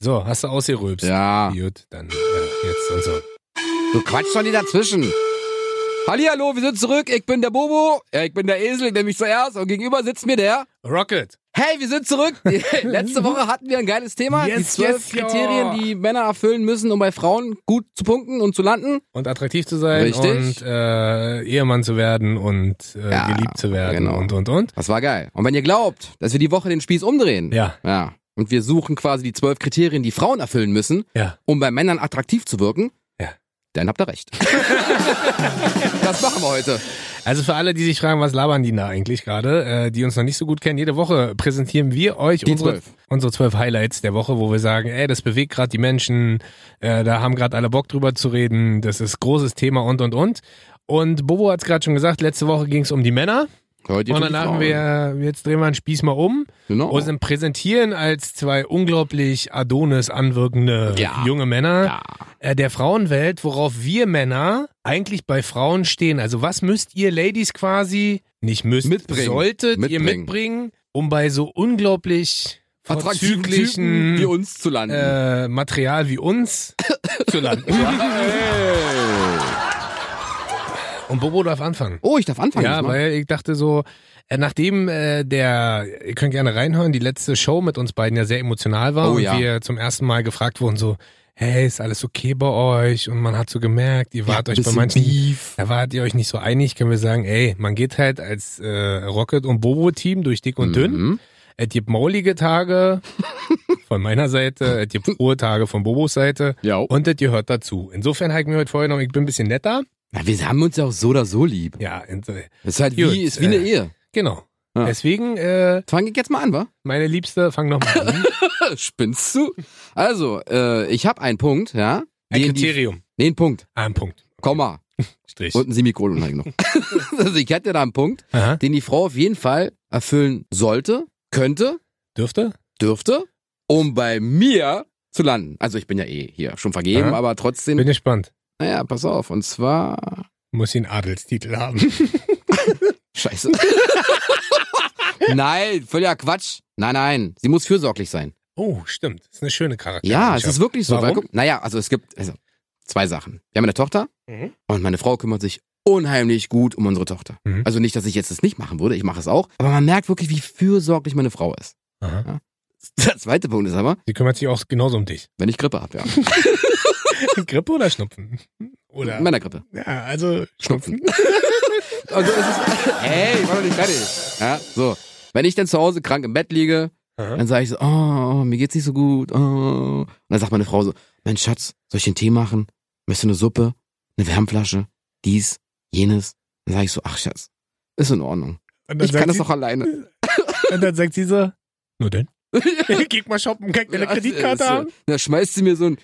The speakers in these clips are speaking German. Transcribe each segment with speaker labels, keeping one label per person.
Speaker 1: So, hast du ausgerülpst.
Speaker 2: Ja.
Speaker 1: Gut, dann äh, jetzt und so.
Speaker 2: Du quatschst doch nicht dazwischen. Hallihallo, wir sind zurück. Ich bin der Bobo. Ja, ich bin der Esel, der mich zuerst. Und gegenüber sitzt mir der.
Speaker 1: Rocket.
Speaker 2: Hey, wir sind zurück. Letzte Woche hatten wir ein geiles Thema. die
Speaker 1: Yes,
Speaker 2: zwölf
Speaker 1: yes, ja.
Speaker 2: Kriterien, die Männer erfüllen müssen, um bei Frauen gut zu punkten und zu landen.
Speaker 1: Und attraktiv zu sein
Speaker 2: Richtig.
Speaker 1: und äh, Ehemann zu werden und äh,
Speaker 2: Ja,
Speaker 1: geliebt zu werden
Speaker 2: genau.
Speaker 1: und und und.
Speaker 2: Das war geil. Und wenn ihr glaubt, dass wir die Woche den Spieß umdrehen.
Speaker 1: Ja.
Speaker 2: Ja. Und wir suchen quasi die zwölf Kriterien, die Frauen erfüllen müssen,
Speaker 1: Ja.
Speaker 2: um bei Männern attraktiv zu wirken.
Speaker 1: Ja.
Speaker 2: Dann habt ihr recht. das machen wir heute.
Speaker 1: Also für alle, die sich fragen, was labern die da eigentlich gerade, äh, die uns noch nicht so gut kennen, jede Woche präsentieren wir euch
Speaker 2: Die
Speaker 1: unsere,
Speaker 2: zwölf.
Speaker 1: unsere zwölf Highlights der Woche, wo wir sagen, ey, das bewegt gerade die Menschen, äh, da haben gerade alle Bock drüber zu reden, das ist großes Thema und und und. Und Bobo hat es gerade schon gesagt, letzte Woche ging es um die Männer
Speaker 2: Heute
Speaker 1: und
Speaker 2: um die
Speaker 1: dann haben
Speaker 2: Frauen.
Speaker 1: wir, jetzt drehen wir den Spieß mal um
Speaker 2: Genau.
Speaker 1: und sind präsentieren als zwei unglaublich Adonis anwirkende
Speaker 2: Ja.
Speaker 1: junge Männer
Speaker 2: Ja.
Speaker 1: äh, der Frauenwelt, worauf wir Männer eigentlich bei Frauen stehen. Also was müsst ihr Ladies quasi nicht müsst,
Speaker 2: Mitbringen.
Speaker 1: solltet ihr
Speaker 2: Mitbringen.
Speaker 1: mitbringen, um bei so unglaublich
Speaker 2: Attraktiven Typen
Speaker 1: vorzüglichen
Speaker 2: wie uns zu landen.
Speaker 1: äh, Material wie uns zu landen. Und Bobo darf anfangen.
Speaker 2: Oh, ich darf anfangen.
Speaker 1: Ja,
Speaker 2: diesmal.
Speaker 1: weil ich dachte so, äh, nachdem äh, der, ihr könnt gerne reinhören, die letzte Show mit uns beiden ja sehr emotional war
Speaker 2: Oh
Speaker 1: und
Speaker 2: ja.
Speaker 1: wir zum ersten Mal gefragt wurden so, hey, ist alles okay bei euch? Und man hat so gemerkt, ihr wart euch bei
Speaker 2: bisschen
Speaker 1: manchen,
Speaker 2: Beef.
Speaker 1: da wart ihr euch nicht so einig, können wir sagen, ey, man geht halt als äh, Rocket- und Bobo-Team durch dick und
Speaker 2: Mhm.
Speaker 1: dünn. Es gibt maulige Tage von meiner Seite, es gibt frohe Tage von Bobos Seite
Speaker 2: Ja.
Speaker 1: und das gehört dazu. Insofern habe ich mir heute vorgenommen, ich bin ein bisschen netter.
Speaker 2: Na, wir haben uns ja auch so oder so lieb.
Speaker 1: Ja, und, äh,
Speaker 2: Das ist halt
Speaker 1: Gut,
Speaker 2: wie, ist wie eine
Speaker 1: äh.
Speaker 2: Ehe.
Speaker 1: genau.
Speaker 2: Ja.
Speaker 1: Deswegen, äh,
Speaker 2: Fange ich jetzt mal an, wa?
Speaker 1: Meine Liebste, fang noch mal an.
Speaker 2: Spinnst du? Also, äh, ich habe einen Punkt, ja? Den, die, nee, einen Punkt.
Speaker 1: Ah, ein Punkt.
Speaker 2: Komma.
Speaker 1: Strich.
Speaker 2: Und ein Semikolon habe ich noch. also, ich hätte da einen Punkt,
Speaker 1: Aha.
Speaker 2: den die Frau auf jeden Fall erfüllen sollte, könnte,
Speaker 1: Dürfte?
Speaker 2: dürfte, um bei mir zu landen. Also, ich bin ja eh hier schon vergeben,
Speaker 1: Aha.
Speaker 2: aber trotzdem.
Speaker 1: Bin gespannt.
Speaker 2: naja, pass auf. Und zwar
Speaker 1: Muss ihn Adelstitel haben.
Speaker 2: Scheiße. nein, völliger Quatsch. Nein, nein, sie muss fürsorglich sein.
Speaker 1: Oh, stimmt. Ist eine schöne Charakter.
Speaker 2: Ja, es ist wirklich so.
Speaker 1: Warum?
Speaker 2: Weil, guck, naja, also es gibt also, zwei Sachen. Wir haben eine Tochter
Speaker 1: Mhm.
Speaker 2: und meine Frau kümmert sich unheimlich gut um unsere Tochter.
Speaker 1: Mhm.
Speaker 2: Also nicht, dass ich jetzt das nicht machen würde, ich mache es auch, aber man merkt wirklich, wie fürsorglich meine Frau ist.
Speaker 1: Aha.
Speaker 2: Der zweite Punkt ist aber,
Speaker 1: Sie kümmert sich auch genauso um dich.
Speaker 2: wenn ich Grippe habe, ja.
Speaker 1: Grippe oder Schnupfen? Oder?
Speaker 2: Männergrippe.
Speaker 1: ja, also Schnupfen.
Speaker 2: Also es ist, hey, ich war noch nicht fertig. Ja, so. Wenn ich dann zu Hause krank im Bett liege,
Speaker 1: Aha.
Speaker 2: Dann sage ich so, oh, mir geht's nicht so gut. Oh. Und dann sagt meine Frau so, Mensch Schatz, soll ich einen Tee machen? Möchtest du eine Suppe? Eine Wärmflasche? Dies, jenes? Dann sage ich so, ach Schatz, ist in Ordnung.
Speaker 1: Und, dann
Speaker 2: Ich kann
Speaker 1: sagt
Speaker 2: das
Speaker 1: sie,
Speaker 2: doch alleine.
Speaker 1: und dann sagt sie so, nur denn? Geh mal shoppen, kann ich deine Kreditkarte
Speaker 2: Ja, ist,
Speaker 1: haben?
Speaker 2: äh, Dann schmeißt sie mir so ein,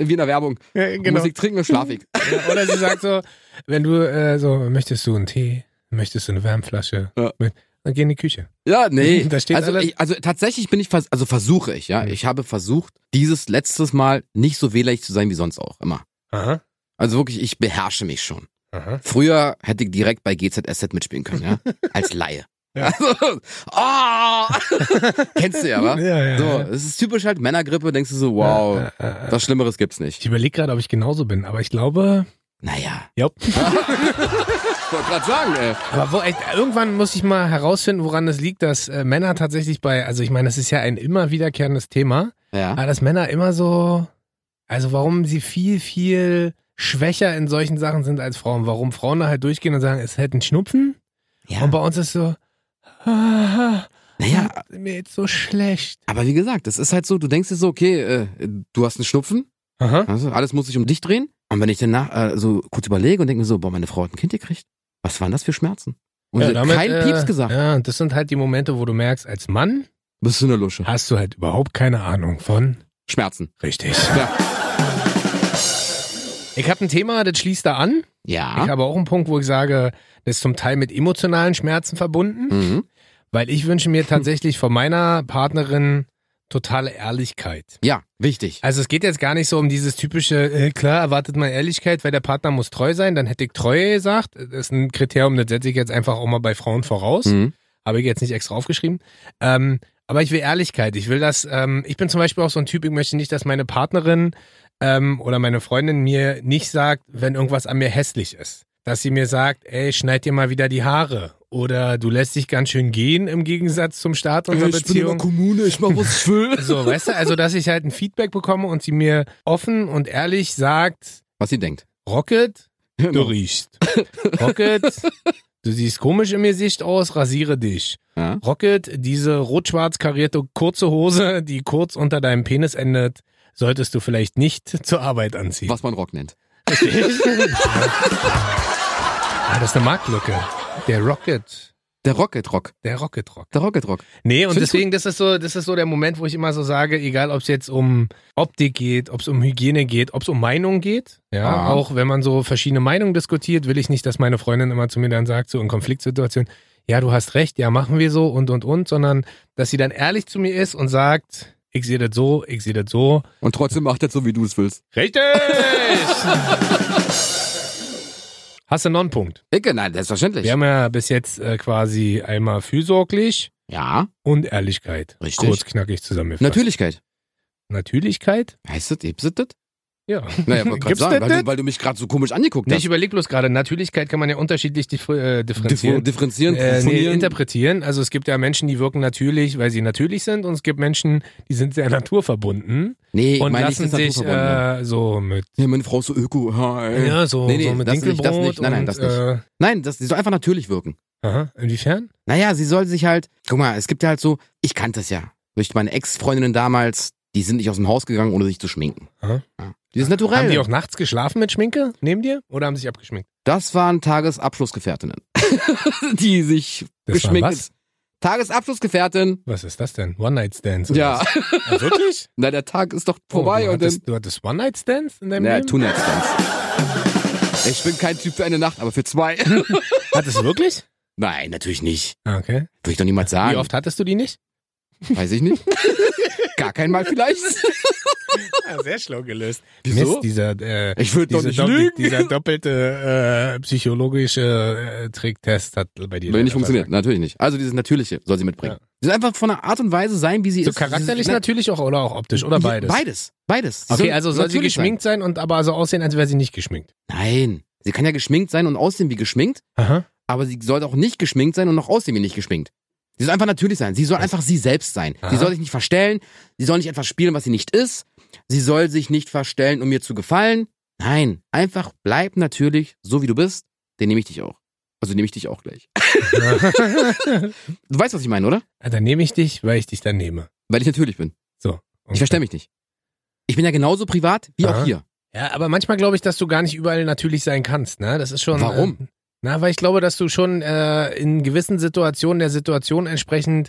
Speaker 2: wie in der Werbung,
Speaker 1: Ja,
Speaker 2: genau. Musik trinken und schlaf ich.
Speaker 1: Ja, oder sie sagt so, wenn du äh, so, möchtest du einen Tee, möchtest du eine Wärmflasche,
Speaker 2: Ja.
Speaker 1: dann geh in die Küche.
Speaker 2: Ja, nee.
Speaker 1: Da steht
Speaker 2: also,
Speaker 1: alles.
Speaker 2: ich, also tatsächlich bin ich, vers also versuche ich, ja.
Speaker 1: Mhm.
Speaker 2: Ich habe versucht, dieses letztes Mal nicht so wählerig zu sein wie sonst auch immer.
Speaker 1: Aha.
Speaker 2: Also wirklich, ich beherrsche mich schon.
Speaker 1: Aha.
Speaker 2: Früher hätte ich direkt bei GZSZ mitspielen können, ja? Als Laie.
Speaker 1: Ja.
Speaker 2: Also, oh! Kennst du ja, wa?
Speaker 1: Ja, ja,
Speaker 2: So,
Speaker 1: ja.
Speaker 2: es ist typisch halt Männergrippe, denkst du so, wow,
Speaker 1: Ja, ja, ja.
Speaker 2: was Schlimmeres gibt's nicht.
Speaker 1: Ich überlege gerade, ob ich genauso bin, aber ich glaube.
Speaker 2: Naja,
Speaker 1: Ja.
Speaker 2: ich wollte grad sagen, äh, ey.
Speaker 1: Aber wo, echt, irgendwann muss ich mal herausfinden, woran es liegt, dass äh, Männer tatsächlich bei, also ich meine, das ist ja ein immer wiederkehrendes Thema,
Speaker 2: Ja.
Speaker 1: aber dass Männer immer so, also warum sie viel, viel schwächer in solchen Sachen sind als Frauen. Warum Frauen da halt durchgehen und sagen, es hätte einen Schnupfen. Und
Speaker 2: ja.
Speaker 1: bei uns ist so, ah,
Speaker 2: Naja,
Speaker 1: mir jetzt so schlecht.
Speaker 2: aber wie gesagt, das ist halt so, du denkst dir so, okay, äh, du hast einen Schnupfen,
Speaker 1: Aha.
Speaker 2: also alles muss sich um dich drehen. Und wenn ich danach äh, so kurz überlege und denke mir so, boah, meine Frau hat ein Kind gekriegt, was waren das für Schmerzen? Und sie hat kein
Speaker 1: äh,
Speaker 2: Pieps gesagt.
Speaker 1: Ja, das sind halt die Momente, wo du merkst, als Mann
Speaker 2: Bist du in der Lusche?
Speaker 1: hast du halt überhaupt keine Ahnung von
Speaker 2: Schmerzen.
Speaker 1: Richtig.
Speaker 2: Ja.
Speaker 1: Ich habe ein Thema, das schließt da an. Ich
Speaker 2: Ja.
Speaker 1: habe auch einen Punkt, wo ich sage, das ist zum Teil mit emotionalen Schmerzen verbunden,
Speaker 2: Mhm.
Speaker 1: weil ich wünsche mir tatsächlich von meiner Partnerin totale Ehrlichkeit.
Speaker 2: Ja, wichtig.
Speaker 1: Also es geht jetzt gar nicht so um dieses typische, äh, klar erwartet man Ehrlichkeit, weil der Partner muss treu sein, dann hätte ich Treue gesagt. Das ist ein Kriterium, das setze ich jetzt einfach auch mal bei Frauen voraus.
Speaker 2: Mhm.
Speaker 1: Habe ich jetzt nicht extra aufgeschrieben. Ähm, Aber ich will Ehrlichkeit. Ich will das, ähm, ich bin zum Beispiel auch so ein Typ, ich möchte nicht, dass meine Partnerin ähm, oder meine Freundin mir nicht sagt, wenn irgendwas an mir hässlich ist. Dass sie mir sagt, ey, schneid dir mal wieder die Haare. Oder du lässt dich ganz schön gehen im Gegensatz zum Start unserer Beziehung.
Speaker 2: Kommune, ich mach was ich will.
Speaker 1: So, weißt du, also dass ich halt ein Feedback bekomme und sie mir offen und ehrlich sagt,
Speaker 2: Was sie denkt.
Speaker 1: Rocket, du
Speaker 2: Genau.
Speaker 1: riechst. Rocket, du siehst komisch im Gesicht aus, rasiere dich.
Speaker 2: Ja.
Speaker 1: Rocket, diese rot-schwarz karierte kurze Hose, die kurz unter deinem Penis endet, solltest du vielleicht nicht zur Arbeit anziehen.
Speaker 2: Was man Rock nennt.
Speaker 1: Ah, das ist eine Marktlücke. Der Rocket.
Speaker 2: Der Rocket Rock.
Speaker 1: Der Rocket Rock.
Speaker 2: Der Rocket Rock.
Speaker 1: Nee, und
Speaker 2: Findest
Speaker 1: deswegen, das ist so, das ist so der Moment, wo ich immer so sage, egal ob es jetzt um Optik geht, ob es um Hygiene geht, ob es um Meinung geht, ja,
Speaker 2: Ah.
Speaker 1: auch wenn man so verschiedene Meinungen diskutiert, will ich nicht, dass meine Freundin immer zu mir dann sagt, so in Konfliktsituationen, ja, du hast recht, ja, machen wir so und und und, sondern dass sie dann ehrlich zu mir ist und sagt, ich sehe das so, ich sehe das so.
Speaker 2: Und trotzdem macht er so, wie du es willst.
Speaker 1: Richtig! Hast du noch einen Punkt?
Speaker 2: Ich, nein, selbstverständlich.
Speaker 1: Wir haben ja bis jetzt äh, quasi einmal fürsorglich
Speaker 2: ja.
Speaker 1: und Ehrlichkeit.
Speaker 2: Richtig.
Speaker 1: Kurz knackig zusammengefasst.
Speaker 2: Natürlichkeit.
Speaker 1: Natürlichkeit?
Speaker 2: Heißt das, gibt's das?
Speaker 1: Ja.
Speaker 2: Naja, wollte gerade
Speaker 1: Gibt's
Speaker 2: sagen,
Speaker 1: das
Speaker 2: weil du,
Speaker 1: denn?
Speaker 2: weil du mich gerade so komisch angeguckt
Speaker 1: Nee, ich
Speaker 2: hast.
Speaker 1: überlege bloß gerade. Natürlichkeit kann man ja unterschiedlich dif äh,
Speaker 2: Differ-
Speaker 1: differenzieren.
Speaker 2: differenzieren,
Speaker 1: äh, nee,
Speaker 2: profilieren.
Speaker 1: interpretieren. Also es gibt ja Menschen, die wirken natürlich, weil sie natürlich sind, und es gibt Menschen, die sind sehr naturverbunden
Speaker 2: nee,
Speaker 1: und
Speaker 2: meine ich
Speaker 1: lassen
Speaker 2: das
Speaker 1: sich
Speaker 2: Naturverbundene.
Speaker 1: äh, so mit
Speaker 2: Ja, meine Frau ist so öko. hi.
Speaker 1: ja so,
Speaker 2: Äh, Nee, nee,
Speaker 1: so mit
Speaker 2: das nicht, das
Speaker 1: Dinkelbrot
Speaker 2: nicht. Nein, nein,
Speaker 1: und
Speaker 2: das nicht.
Speaker 1: Äh,
Speaker 2: Nein, das, die soll einfach natürlich wirken.
Speaker 1: aha, inwiefern?
Speaker 2: Naja, sie soll sich halt, guck mal, es gibt ja halt so, ich kannte es ja. Durch meine Ex-Freundinnen damals, die sind nicht aus dem Haus gegangen, ohne sich zu schminken.
Speaker 1: Aha.
Speaker 2: Ja. Die ist naturell.
Speaker 1: Haben die auch nachts geschlafen mit Schminke neben dir oder haben sie sich abgeschminkt?
Speaker 2: Das waren Tagesabschlussgefährtinnen, die sich
Speaker 1: Das
Speaker 2: geschminkt.
Speaker 1: waren was?
Speaker 2: Tagesabschlussgefährtin.
Speaker 1: Was ist das denn? One Night Stands? oder
Speaker 2: Ja,
Speaker 1: was? Ah, wirklich?
Speaker 2: na der Tag ist doch
Speaker 1: Oh,
Speaker 2: vorbei
Speaker 1: du
Speaker 2: und dann.
Speaker 1: hattest, du hattest One Night Stands in deinem
Speaker 2: Na,
Speaker 1: Leben?
Speaker 2: two night stands. Ich bin kein Typ für eine Nacht, aber für zwei.
Speaker 1: Hattest du wirklich?
Speaker 2: Nein, natürlich nicht.
Speaker 1: Ah, Okay.
Speaker 2: Würde ich doch niemals sagen.
Speaker 1: Wie oft hattest du die nicht?
Speaker 2: Weiß ich nicht. Gar kein Mal vielleicht.
Speaker 1: Ja, sehr schlau gelöst.
Speaker 2: Wieso?
Speaker 1: Mist, dieser, äh,
Speaker 2: Ich würde doch
Speaker 1: diese
Speaker 2: nicht
Speaker 1: Doppel-
Speaker 2: lügen.
Speaker 1: dieser doppelte äh, psychologische äh, Tricktest hat bei dir
Speaker 2: Würde
Speaker 1: leider
Speaker 2: nicht funktionieren, natürlich nicht. Also dieses Natürliche soll sie mitbringen. Sie soll einfach von der Art und Weise sein, wie sie
Speaker 1: So
Speaker 2: ist.
Speaker 1: charakterlich
Speaker 2: Dieses-
Speaker 1: natürlich auch oder auch optisch oder beides.
Speaker 2: Beides. Beides. Sie
Speaker 1: Okay, also soll sie
Speaker 2: natürlich
Speaker 1: geschminkt sein. und aber so aussehen, als wäre sie nicht geschminkt.
Speaker 2: Sein. Nein. Sie kann ja geschminkt sein und aussehen wie geschminkt,
Speaker 1: Aha.
Speaker 2: aber sie sollte auch nicht geschminkt sein und noch aussehen wie nicht geschminkt. Sie soll einfach natürlich sein. Sie soll einfach sie selbst sein.
Speaker 1: Also Aha.
Speaker 2: Sie soll sich nicht verstellen. Sie soll nicht etwas spielen, was sie nicht ist. Sie soll sich nicht verstellen, um mir zu gefallen. Nein. Einfach bleib natürlich so, wie du bist. Den nehme ich dich auch. Also nehme ich dich auch gleich. Du weißt, was ich meine, oder?
Speaker 1: Ah, dann nehme ich dich, weil ich dich dann nehme.
Speaker 2: Weil ich natürlich bin. Ich verstehe mich nicht. Ich bin ja genauso privat wie
Speaker 1: Aha.
Speaker 2: auch hier.
Speaker 1: Ja, aber manchmal glaube ich, dass du gar nicht überall natürlich sein kannst. Ne? Das ist schon.
Speaker 2: Warum?
Speaker 1: Äh, na, weil ich glaube, dass du schon äh, in gewissen Situationen der Situation entsprechend.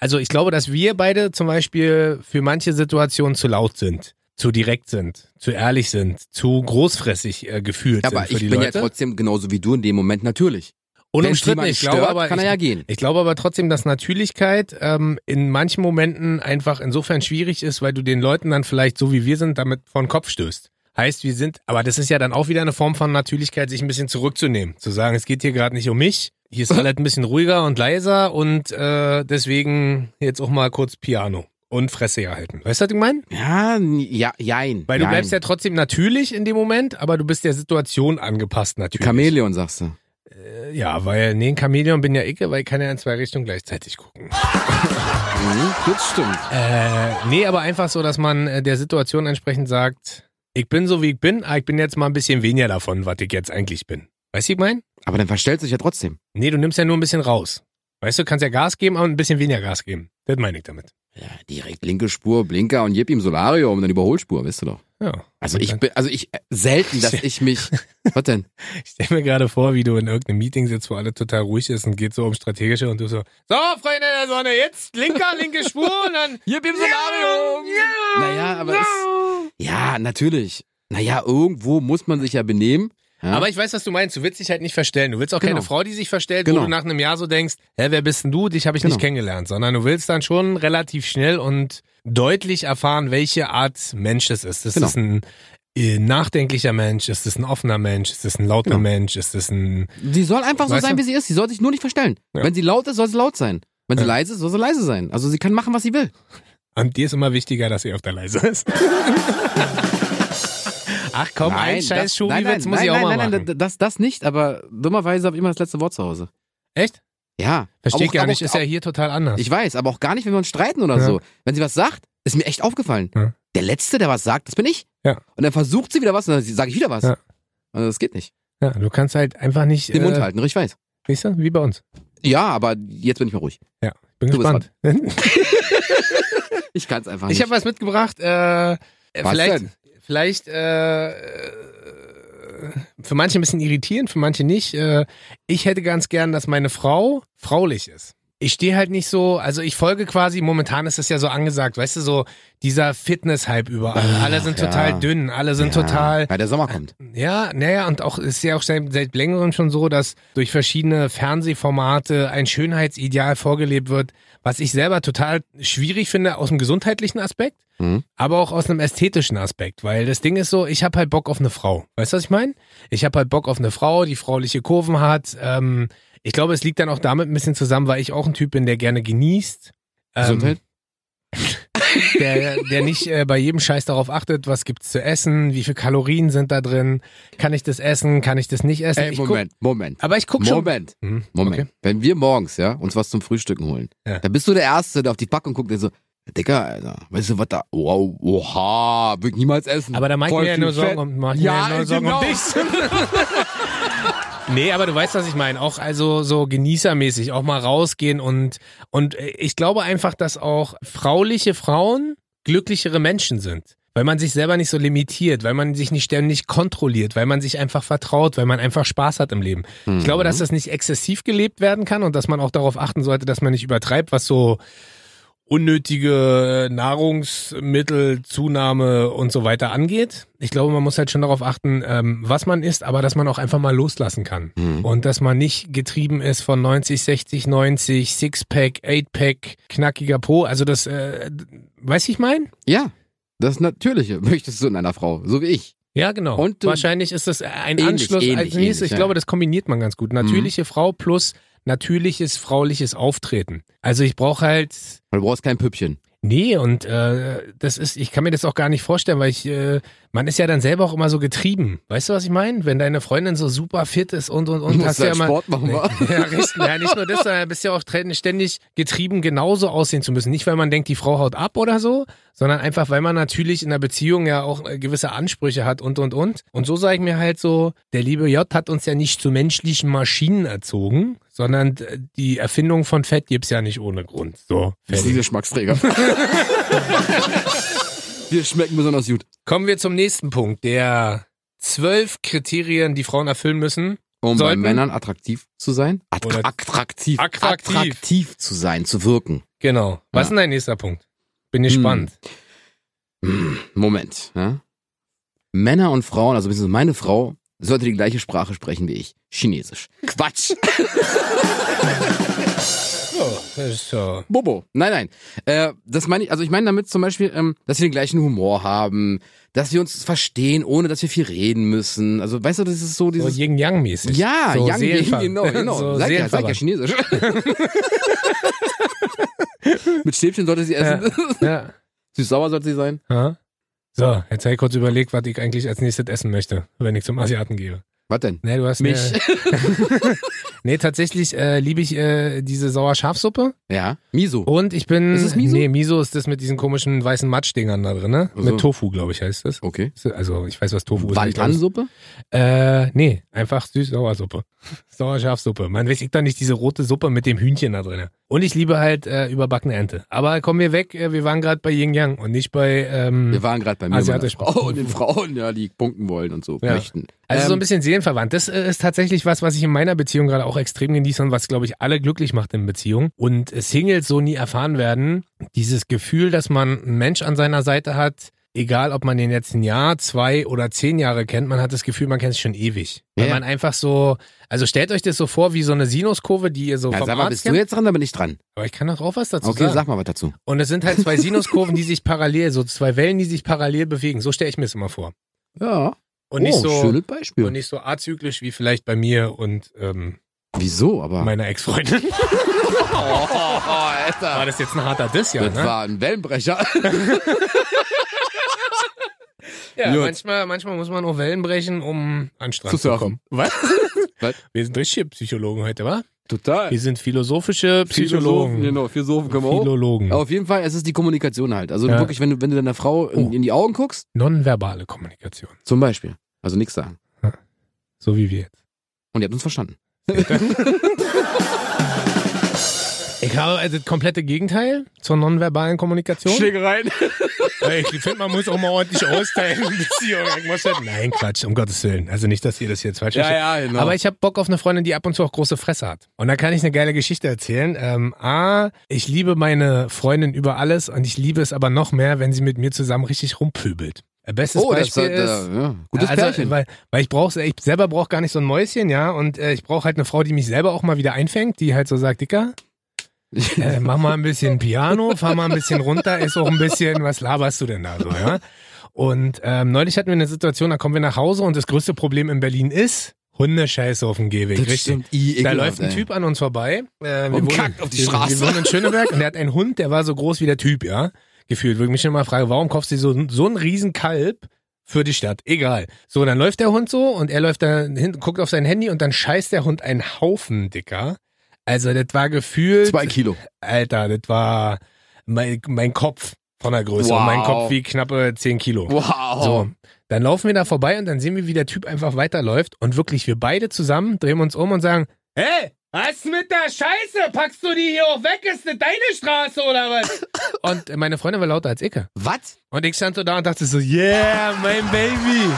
Speaker 1: Also ich glaube, dass wir beide zum Beispiel für manche Situationen zu laut sind, zu direkt sind, zu ehrlich sind, zu großfressig äh, gefühlt
Speaker 2: Aber
Speaker 1: sind für
Speaker 2: ich
Speaker 1: die
Speaker 2: bin
Speaker 1: Leute.
Speaker 2: ja trotzdem genauso wie du in dem Moment natürlich.
Speaker 1: Unumstritten.
Speaker 2: jemand
Speaker 1: Ich glaube
Speaker 2: stört,
Speaker 1: aber,
Speaker 2: kann
Speaker 1: ich,
Speaker 2: er ja gehen.
Speaker 1: Ich glaube aber trotzdem, dass Natürlichkeit ähm, in manchen Momenten einfach insofern schwierig ist, weil du den Leuten dann vielleicht, so wie wir sind, damit vor den Kopf stößt. Heißt, wir sind, aber das ist ja dann auch wieder eine Form von Natürlichkeit, sich ein bisschen zurückzunehmen. Zu sagen, es geht hier gerade nicht um mich. Hier ist alles ein bisschen ruhiger und leiser und äh, deswegen jetzt auch mal kurz Piano und Fresse gehalten. Weißt du, was ich meine?
Speaker 2: Ja, n- ja, jein.
Speaker 1: Weil du
Speaker 2: jein.
Speaker 1: bleibst ja trotzdem natürlich in dem Moment, aber du bist der Situation angepasst natürlich.
Speaker 2: Chamäleon, sagst du.
Speaker 1: Äh, Ja, weil, nee, ein Chamäleon bin ja ich, weil ich kann ja in zwei Richtungen gleichzeitig gucken.
Speaker 2: Mhm, das stimmt.
Speaker 1: Äh, nee, aber einfach so, dass man äh, der Situation entsprechend sagt, ich bin so wie ich bin, aber ich bin jetzt mal ein bisschen weniger davon, was ich jetzt eigentlich bin. Weißt du, wie ich mein?
Speaker 2: Aber dann verstellt sich ja trotzdem.
Speaker 1: Nee, du nimmst ja nur ein bisschen raus. Weißt du, kannst ja Gas geben, aber ein bisschen weniger Gas geben. Das meine ich damit.
Speaker 2: Ja, direkt linke Spur, Blinker und jeb ihm Solarium und dann Überholspur, weißt du doch.
Speaker 1: Ja.
Speaker 2: Also ich bin, also ich, äh, selten, dass ich mich, was denn?
Speaker 1: Ich stelle mir gerade vor, wie du in irgendeinem Meeting sitzt, wo alle total ruhig ist und geht so um strategische und du so, so, Freunde der Sonne, jetzt linker, linke Spur und dann.
Speaker 2: Jeb ihm Solarium!
Speaker 1: Ja,
Speaker 2: Naja, aber es- Ja, natürlich. Naja, irgendwo muss man sich ja benehmen. Ja?
Speaker 1: Aber ich weiß, was du meinst. Du willst dich halt nicht verstellen. Du willst auch keine
Speaker 2: Hm? Genau.
Speaker 1: Frau, die sich verstellt, wo
Speaker 2: Genau.
Speaker 1: du nach einem Jahr so denkst, hä, wer bist denn du? Dich habe ich nicht
Speaker 2: Genau.
Speaker 1: kennengelernt. Sondern du willst dann schon relativ schnell und deutlich erfahren, welche Art Mensch es ist. Ist
Speaker 2: Genau.
Speaker 1: es ein äh, nachdenklicher Mensch? Ist es ein offener Mensch? Ist es ein lauter
Speaker 2: Genau.
Speaker 1: Mensch? Ist es ein...
Speaker 2: Sie soll einfach so
Speaker 1: Weißt
Speaker 2: sein,
Speaker 1: du?
Speaker 2: wie sie ist. Sie soll sich nur nicht verstellen.
Speaker 1: Ja.
Speaker 2: Wenn sie laut ist, soll sie laut sein. Wenn sie
Speaker 1: Ja.
Speaker 2: leise ist, soll sie leise sein. Also sie kann machen, was sie will.
Speaker 1: Und dir ist immer wichtiger, dass sie öfter leise ist. Ach komm, ein
Speaker 2: das-
Speaker 1: scheiß
Speaker 2: nein, nein,
Speaker 1: Schuhwitz muss
Speaker 2: nein,
Speaker 1: ich auch
Speaker 2: nein,
Speaker 1: mal
Speaker 2: nein,
Speaker 1: machen.
Speaker 2: Nein, das, das nicht, aber dummerweise habe ich immer das letzte Wort zu Hause.
Speaker 1: Echt?
Speaker 2: Ja.
Speaker 1: Verstehe ich
Speaker 2: Aber auch-
Speaker 1: gar
Speaker 2: aber
Speaker 1: nicht,
Speaker 2: auch-
Speaker 1: ist ja hier total anders.
Speaker 2: Ich weiß, aber auch gar nicht, wenn wir uns streiten oder
Speaker 1: Ja.
Speaker 2: so. Wenn sie was sagt, ist mir echt aufgefallen.
Speaker 1: Ja.
Speaker 2: Der Letzte, der was sagt, das bin ich.
Speaker 1: Ja.
Speaker 2: Und dann versucht sie wieder was und dann sage ich wieder was.
Speaker 1: Ja.
Speaker 2: Also das geht nicht.
Speaker 1: ja, du kannst halt einfach nicht...
Speaker 2: Den
Speaker 1: äh,
Speaker 2: Mund halten, ich weiß.
Speaker 1: Siehst du, wie bei uns.
Speaker 2: Ja, aber jetzt bin ich mal ruhig.
Speaker 1: Ich bin
Speaker 2: Du bist halt.
Speaker 1: gespannt.
Speaker 2: Ich kann es einfach nicht.
Speaker 1: ich habe was mitgebracht. Äh, äh,
Speaker 2: Was
Speaker 1: vielleicht,
Speaker 2: denn?
Speaker 1: vielleicht äh, äh, für manche ein bisschen irritierend, für manche nicht. Äh, ich hätte ganz gern, dass meine Frau fraulich ist. Ich stehe halt nicht so, also ich folge quasi, momentan ist das ja so angesagt, weißt du, so dieser Fitness-Hype überall.
Speaker 2: Ach,
Speaker 1: alle sind
Speaker 2: ja.
Speaker 1: total dünn, alle sind
Speaker 2: ja.
Speaker 1: also total
Speaker 2: Ja, der Sommer kommt.
Speaker 1: ja, naja, und auch ist ja auch seit, seit längerem schon so, dass durch verschiedene Fernsehformate ein Schönheitsideal vorgelebt wird, was ich selber total schwierig finde aus dem gesundheitlichen Aspekt,
Speaker 2: Mhm.
Speaker 1: aber auch aus einem ästhetischen Aspekt, weil das Ding ist so, ich habe halt Bock auf eine Frau. Weißt du, was ich meine? Ich habe halt Bock auf eine Frau, die frauliche Kurven hat. Ähm, ich glaube, es liegt dann auch damit ein bisschen zusammen, weil ich auch ein Typ bin, der gerne genießt. Ähm,
Speaker 2: Gesundheit?
Speaker 1: der, der nicht äh, bei jedem Scheiß darauf achtet, was gibt's zu essen, wie viel Kalorien sind da drin, kann ich das essen, kann ich das nicht essen.
Speaker 2: Ey,
Speaker 1: Ich guck-
Speaker 2: Moment, Moment.
Speaker 1: aber ich guck schon.
Speaker 2: Moment,
Speaker 1: Hm,
Speaker 2: Moment.
Speaker 1: okay.
Speaker 2: Wenn wir morgens, ja, uns was zum Frühstücken holen,
Speaker 1: Ja.
Speaker 2: dann bist du der Erste, der auf die Packung guckt und so, Dicker, Alter, weißt du, was da, wow, oha, würd ich niemals essen.
Speaker 1: Aber da mach ich
Speaker 2: Voll
Speaker 1: mir ja
Speaker 2: viel
Speaker 1: nur Sorgen
Speaker 2: Fett.
Speaker 1: um, mach ich
Speaker 2: Ja,
Speaker 1: mir ja nur Sorgen
Speaker 2: genau.
Speaker 1: um dich. Nee, aber du weißt, was ich meine. Auch also so genießermäßig, auch mal rausgehen und und äh, ich glaube einfach, dass auch frauliche Frauen glücklichere Menschen sind, weil man sich selber nicht so limitiert, weil man sich nicht ständig kontrolliert, weil man sich einfach vertraut, weil man einfach Spaß hat im Leben. um- Ich glaube,
Speaker 2: Mhm.
Speaker 1: dass das nicht exzessiv gelebt werden kann und dass man auch darauf achten sollte, dass man nicht übertreibt, was so unnötige äh, Nahrungsmittelzunahme und so weiter angeht. Ich glaube, man muss halt schon darauf achten, ähm, was man isst, aber dass man auch einfach mal loslassen kann.
Speaker 2: Mhm.
Speaker 1: Und dass man nicht getrieben ist von 90, 60, 90, Sixpack, Eightpack, knackiger Po. Also das, äh, weiß ich mein?
Speaker 2: Ja, das Natürliche möchtest du in einer Frau, so wie ich.
Speaker 1: Ja, genau.
Speaker 2: Und du-
Speaker 1: Wahrscheinlich ist das ein
Speaker 2: Ähnlich,
Speaker 1: Anschluss
Speaker 2: ähnlich,
Speaker 1: als
Speaker 2: ähnlich,
Speaker 1: nächstes. Ich
Speaker 2: ja.
Speaker 1: glaube, das kombiniert man ganz gut. Natürliche Frau plus natürliches frauliches Auftreten. Also ich brauche halt.
Speaker 2: Weil du brauchst kein Püppchen.
Speaker 1: Nee, und äh, das ist, ich kann mir das auch gar nicht vorstellen, weil ich, äh, man ist ja dann selber auch immer so getrieben. Weißt du, was ich meine? Wenn deine Freundin so super fit ist und und
Speaker 2: Du
Speaker 1: und, hast
Speaker 2: musst
Speaker 1: du ja
Speaker 2: halt
Speaker 1: immer.
Speaker 2: Sport machen, wa?
Speaker 1: Ja, richtig. Ja, nicht nur das, sondern bist ja auch tre- ständig getrieben, genauso aussehen zu müssen. Nicht, weil man denkt, die Frau haut ab oder so, sondern einfach, weil man natürlich in der Beziehung ja auch äh, gewisse Ansprüche hat und, und, und. Und so sage ich mir halt so, der liebe J hat uns ja nicht zu menschlichen Maschinen erzogen, sondern äh, die Erfindung von Fett gibt's ja nicht ohne Grund. So, fertig.
Speaker 2: Das sind Geschmacksträger. Wir schmecken besonders gut.
Speaker 1: Kommen wir zum nächsten Punkt, der zwölf Kriterien, die Frauen erfüllen müssen.
Speaker 2: Um
Speaker 1: Sollten-
Speaker 2: bei Männern attraktiv zu sein? Att
Speaker 1: Oder-
Speaker 2: attraktiv.
Speaker 1: Attraktiv.
Speaker 2: Attraktiv zu sein, zu wirken.
Speaker 1: Genau. Was ist
Speaker 2: Ja.
Speaker 1: denn dein nächster Punkt? Bin gespannt.
Speaker 2: Hm, Moment. Ja? Männer und Frauen, also beziehungsweise meine Frau, sollte die gleiche Sprache sprechen wie ich. Chinesisch. Quatsch.
Speaker 1: Oh, das ist so.
Speaker 2: Bobo. Nein, nein. Äh, das meine ich, also ich meine damit zum Beispiel, ähm, dass wir den gleichen Humor haben, dass wir uns verstehen, ohne dass wir viel reden müssen. Also weißt du, das ist so
Speaker 1: So
Speaker 2: dieses...
Speaker 1: Yin-Yang-mäßig.
Speaker 2: ja,
Speaker 1: so
Speaker 2: Yang,
Speaker 1: Seelenver-
Speaker 2: genau, genau.
Speaker 1: so
Speaker 2: sag, ja, sag ja
Speaker 1: Seelenverband.
Speaker 2: Chinesisch. Mit Stäbchen sollte sie essen.
Speaker 1: ja.
Speaker 2: Süß-sauer sollte sie sein.
Speaker 1: ja. So, jetzt habe ich kurz überlegt, was ich eigentlich als nächstes essen möchte, wenn ich zum Asiaten gehe.
Speaker 2: Was denn?
Speaker 1: Nee, du hast
Speaker 2: Mich.
Speaker 1: Mir, nee, tatsächlich äh, liebe ich äh, diese Sauerschafsuppe.
Speaker 2: Ja. Miso.
Speaker 1: Und ich bin.
Speaker 2: Ist es Miso?
Speaker 1: Nee, Miso ist das mit diesen komischen weißen Matschdingern da drin, ne?
Speaker 2: Ach so.
Speaker 1: Mit Tofu, glaube ich, heißt das.
Speaker 2: Okay.
Speaker 1: Also ich weiß, was Tofu ist. Ich glaub,
Speaker 2: Wandansuppe?
Speaker 1: Äh, nee, einfach süß-sauersuppe. Sauerschafsuppe. Man weiß ich doch nicht, diese rote Suppe mit dem Hühnchen da drin. Und ich liebe halt äh, überbackene Ente. Aber kommen wir weg, äh, wir waren gerade bei Yin Yang und nicht bei. Ähm,
Speaker 2: Wir waren gerade bei mir
Speaker 1: Asiatisch.
Speaker 2: meiner Frau und den Frauen, ja, die punkten wollen und so
Speaker 1: Ja.
Speaker 2: möchten.
Speaker 1: also so ein
Speaker 2: Ähm,
Speaker 1: bisschen seelenverwandt. Das äh, ist tatsächlich was, was ich in meiner Beziehung gerade auch extrem genieße und was, glaube ich, alle glücklich macht in Beziehung. Und äh, Singles so nie erfahren werden. Dieses Gefühl, dass man einen Mensch an seiner Seite hat, egal ob man den jetzt ein Jahr, zwei oder zehn Jahre kennt, man hat das Gefühl, man kennt es schon ewig. Weil
Speaker 2: Ja.
Speaker 1: man einfach so, also stellt euch das so vor wie so eine Sinuskurve, die ihr so
Speaker 2: ja,
Speaker 1: vom
Speaker 2: sag mal,
Speaker 1: Arzt
Speaker 2: bist du
Speaker 1: kennt.
Speaker 2: jetzt dran, da bin ich dran.
Speaker 1: Aber ich kann doch drauf was dazu
Speaker 2: Okay,
Speaker 1: sagen.
Speaker 2: sag mal was dazu.
Speaker 1: Und es sind halt zwei Sinuskurven, die sich parallel, so zwei Wellen, die sich parallel bewegen. So stelle ich mir es immer vor.
Speaker 2: Ja.
Speaker 1: Und nicht so
Speaker 2: Oh, schönes Beispiel.
Speaker 1: und nicht so azyklisch wie vielleicht bei mir und ähm,
Speaker 2: Wieso, aber?
Speaker 1: meiner Ex-Freundin.
Speaker 2: oh, Alter.
Speaker 1: War das jetzt ein harter Diss, ja,
Speaker 2: Das
Speaker 1: ne?
Speaker 2: war ein Wellenbrecher.
Speaker 1: Ja,
Speaker 2: Gut.
Speaker 1: manchmal, manchmal muss man auch Wellen brechen, um an den Strand
Speaker 2: Zu
Speaker 1: zu,
Speaker 2: surfen.
Speaker 1: kommen. Was?
Speaker 2: Was?
Speaker 1: Wir sind richtige Psychologen heute, wa?
Speaker 2: Total.
Speaker 1: Wir sind philosophische Psychologen.
Speaker 2: Genau, Philosophen können wir auch.
Speaker 1: Philologen.
Speaker 2: Aber auf jeden Fall, es ist die Kommunikation halt. Also
Speaker 1: Ja.
Speaker 2: wirklich, wenn du, wenn du deiner Frau in,
Speaker 1: Oh.
Speaker 2: in die Augen guckst,
Speaker 1: Nonverbale Kommunikation.
Speaker 2: zum Beispiel. Also nichts sagen.
Speaker 1: So wie wir jetzt.
Speaker 2: Und ihr habt uns verstanden.
Speaker 1: Ich habe also das komplette Gegenteil zur nonverbalen Kommunikation.
Speaker 2: Schlägereien.
Speaker 1: Weil Ich finde, man muss auch mal ordentlich austeilen. bis hier irgendwas wird. Nein, Quatsch, um Gottes Willen. Also nicht, dass ihr das jetzt falsch versteht.
Speaker 2: ja, genau.
Speaker 1: Aber ich habe Bock auf eine Freundin, die ab und zu auch große Fresse hat. Und da kann ich eine geile Geschichte erzählen. Ähm, A, ich liebe meine Freundin über alles und ich liebe es aber noch mehr, wenn sie mit mir zusammen richtig rumpöbelt. Äh, Bestes
Speaker 2: oh, das,
Speaker 1: Beispiel
Speaker 2: das,
Speaker 1: ist,
Speaker 2: ja, gutes
Speaker 1: also,
Speaker 2: Pärchen.
Speaker 1: Weil, weil ich brauche, ich selber brauche gar nicht so ein Mäuschen, ja, und äh, ich brauche halt eine Frau, die mich selber auch mal wieder einfängt, die halt so sagt, Dicker, äh, mach mal ein bisschen Piano, fahr mal ein bisschen runter, ist auch ein bisschen, was laberst du denn da so, ja? Und ähm, neulich hatten wir eine Situation, da kommen wir nach Hause und das größte Problem in Berlin ist Hundescheiße auf dem Gehweg.
Speaker 2: das
Speaker 1: richtig.
Speaker 2: stimmt. I,
Speaker 1: Da
Speaker 2: ekelhaft,
Speaker 1: läuft ein
Speaker 2: ey.
Speaker 1: Typ an uns vorbei. Äh,
Speaker 2: Und
Speaker 1: wohnen-
Speaker 2: kackt auf die
Speaker 1: wir-
Speaker 2: Straße.
Speaker 1: Wir wohnen in Schöneberg und der hat einen Hund, der war so groß wie der Typ, ja. Gefühlt. Wo ich mich immer frage, warum kaufst du dir so, so einen riesen Kalb für die Stadt? Egal. So, dann läuft der Hund so und er läuft da hin, guckt auf sein Handy und dann scheißt der Hund einen Haufen, Dicker. Also, das war gefühlt.
Speaker 2: Zwei Kilo.
Speaker 1: Alter, das war mein, mein Kopf von der Größe.
Speaker 2: Wow.
Speaker 1: Und mein Kopf wie knappe 10 Kilo.
Speaker 2: Wow.
Speaker 1: So, dann laufen wir da vorbei und dann sehen wir, wie der Typ einfach weiterläuft. Und wirklich, wir beide zusammen drehen uns um und sagen, hey, was ist mit der Scheiße? Packst du die hier auch weg? Ist das deine Straße oder was? und meine Freundin war lauter als Icke.
Speaker 2: Was?
Speaker 1: Und ich stand so da und dachte so, yeah, mein Baby.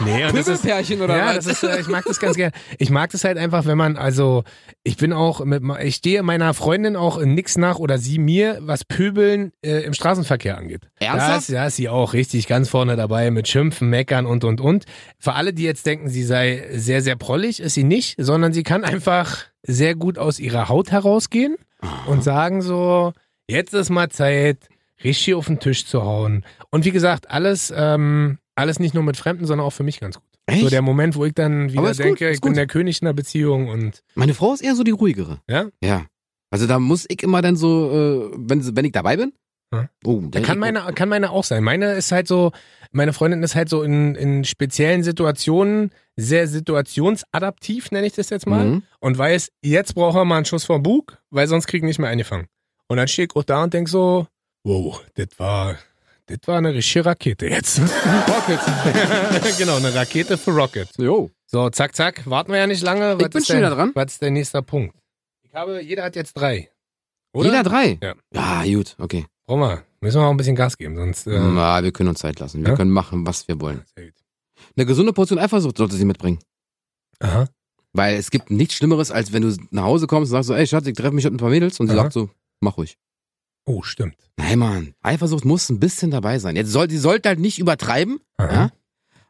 Speaker 1: Nee, und das ist,
Speaker 2: Pärchen oder
Speaker 1: ja,
Speaker 2: was?
Speaker 1: das ist, äh, ich mag das ganz gerne. Ich mag das halt einfach, wenn man, also, ich bin auch mit, ma- ich stehe meiner Freundin auch in nix nach oder sie mir, was Pöbeln äh, im Straßenverkehr angeht.
Speaker 2: Ernsthaft?
Speaker 1: Das, ja, ist sie auch richtig ganz vorne dabei mit Schimpfen, Meckern und, und, und. Für alle, die jetzt denken, sie sei sehr, sehr prollig, ist sie nicht, sondern sie kann einfach sehr gut aus ihrer Haut herausgehen und sagen so, jetzt ist mal Zeit, richtig auf den Tisch zu hauen. Und wie gesagt, alles, ähm, alles nicht nur mit Fremden, sondern auch für mich ganz gut.
Speaker 2: Echt?
Speaker 1: So der Moment, wo ich dann
Speaker 2: Aber
Speaker 1: wieder
Speaker 2: ist gut,
Speaker 1: denke,
Speaker 2: ist
Speaker 1: ich bin
Speaker 2: gut.
Speaker 1: der König einer Beziehung und
Speaker 2: Meine Frau ist eher so die ruhigere.
Speaker 1: Ja?
Speaker 2: Ja. Also da muss ich immer dann so, äh, wenn, sie- wenn ich dabei bin.
Speaker 1: Hm.
Speaker 2: Oh,
Speaker 1: da
Speaker 2: dann
Speaker 1: kann meine, kann meine auch sein. Meine ist halt so, meine Freundin ist halt so in, in speziellen Situationen sehr situationsadaptiv, nenne ich das jetzt mal.
Speaker 2: Mhm.
Speaker 1: Und weiß, jetzt brauchen wir mal einen Schuss vom Bug, weil sonst kriegen nicht mehr eingefangen. Und dann stehe ich auch da und denke so, wow, das war, das war eine richtige Rakete jetzt.
Speaker 2: Rockets.
Speaker 1: genau, eine Rakete für Rocket.
Speaker 2: Jo.
Speaker 1: So, zack, zack. Warten wir ja nicht lange.
Speaker 2: Ich bin
Speaker 1: ist
Speaker 2: schon
Speaker 1: denn-
Speaker 2: wieder dran.
Speaker 1: Was ist der nächste Punkt? Ich habe, jeder hat jetzt drei. Oder?
Speaker 2: Jeder drei.
Speaker 1: Ja.
Speaker 2: Ja, gut, okay.
Speaker 1: Brauchen wir. Müssen wir auch ein bisschen Gas geben, sonst. Äh,
Speaker 2: Na, wir können uns Zeit lassen. Wir
Speaker 1: Ja?
Speaker 2: können machen, was wir wollen.
Speaker 1: sehr gut.
Speaker 2: Eine gesunde Portion Eifersucht sollte sie mitbringen.
Speaker 1: Aha.
Speaker 2: Weil es gibt nichts Schlimmeres, als wenn du nach Hause kommst und sagst so, ey Schatz, ich treffe mich mit ein paar Mädels. Und sie
Speaker 1: Aha.
Speaker 2: sagt so, mach ruhig.
Speaker 1: Oh, stimmt.
Speaker 2: Nein, Mann. Eifersucht muss ein bisschen dabei sein. Jetzt soll, sie sollte halt nicht übertreiben,
Speaker 1: Aha.
Speaker 2: ja?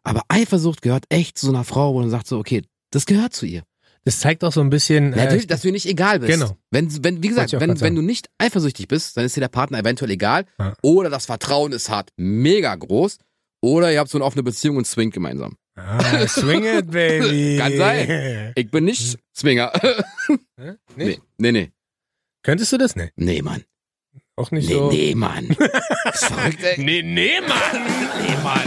Speaker 2: aber Eifersucht gehört echt zu so einer Frau, wo man sagt so, okay, das gehört zu ihr.
Speaker 1: Das zeigt auch so ein bisschen. äh,
Speaker 2: Natürlich, dass du ihr nicht egal bist.
Speaker 1: Genau.
Speaker 2: Wenn, wenn, wie gesagt,
Speaker 1: Wollte ich auch
Speaker 2: wenn,
Speaker 1: grad
Speaker 2: wenn
Speaker 1: sagen.
Speaker 2: du nicht eifersüchtig bist, dann ist dir der Partner eventuell egal.
Speaker 1: Ja.
Speaker 2: Oder das Vertrauen ist hart, mega groß. Oder ihr habt so eine offene Beziehung und swingt gemeinsam.
Speaker 1: ah, swing it, baby.
Speaker 2: Kann sein. Ich bin nicht Zwinger.
Speaker 1: Hä? Hm. Nicht?
Speaker 2: nee, nee, nee.
Speaker 1: Könntest du das? Nee.
Speaker 2: Nee, Mann.
Speaker 1: Auch nicht
Speaker 2: Nee,
Speaker 1: so.
Speaker 2: nee, Mann. Das ist verrückt, ey.
Speaker 1: Nee, nee, Mann. Nee, Mann.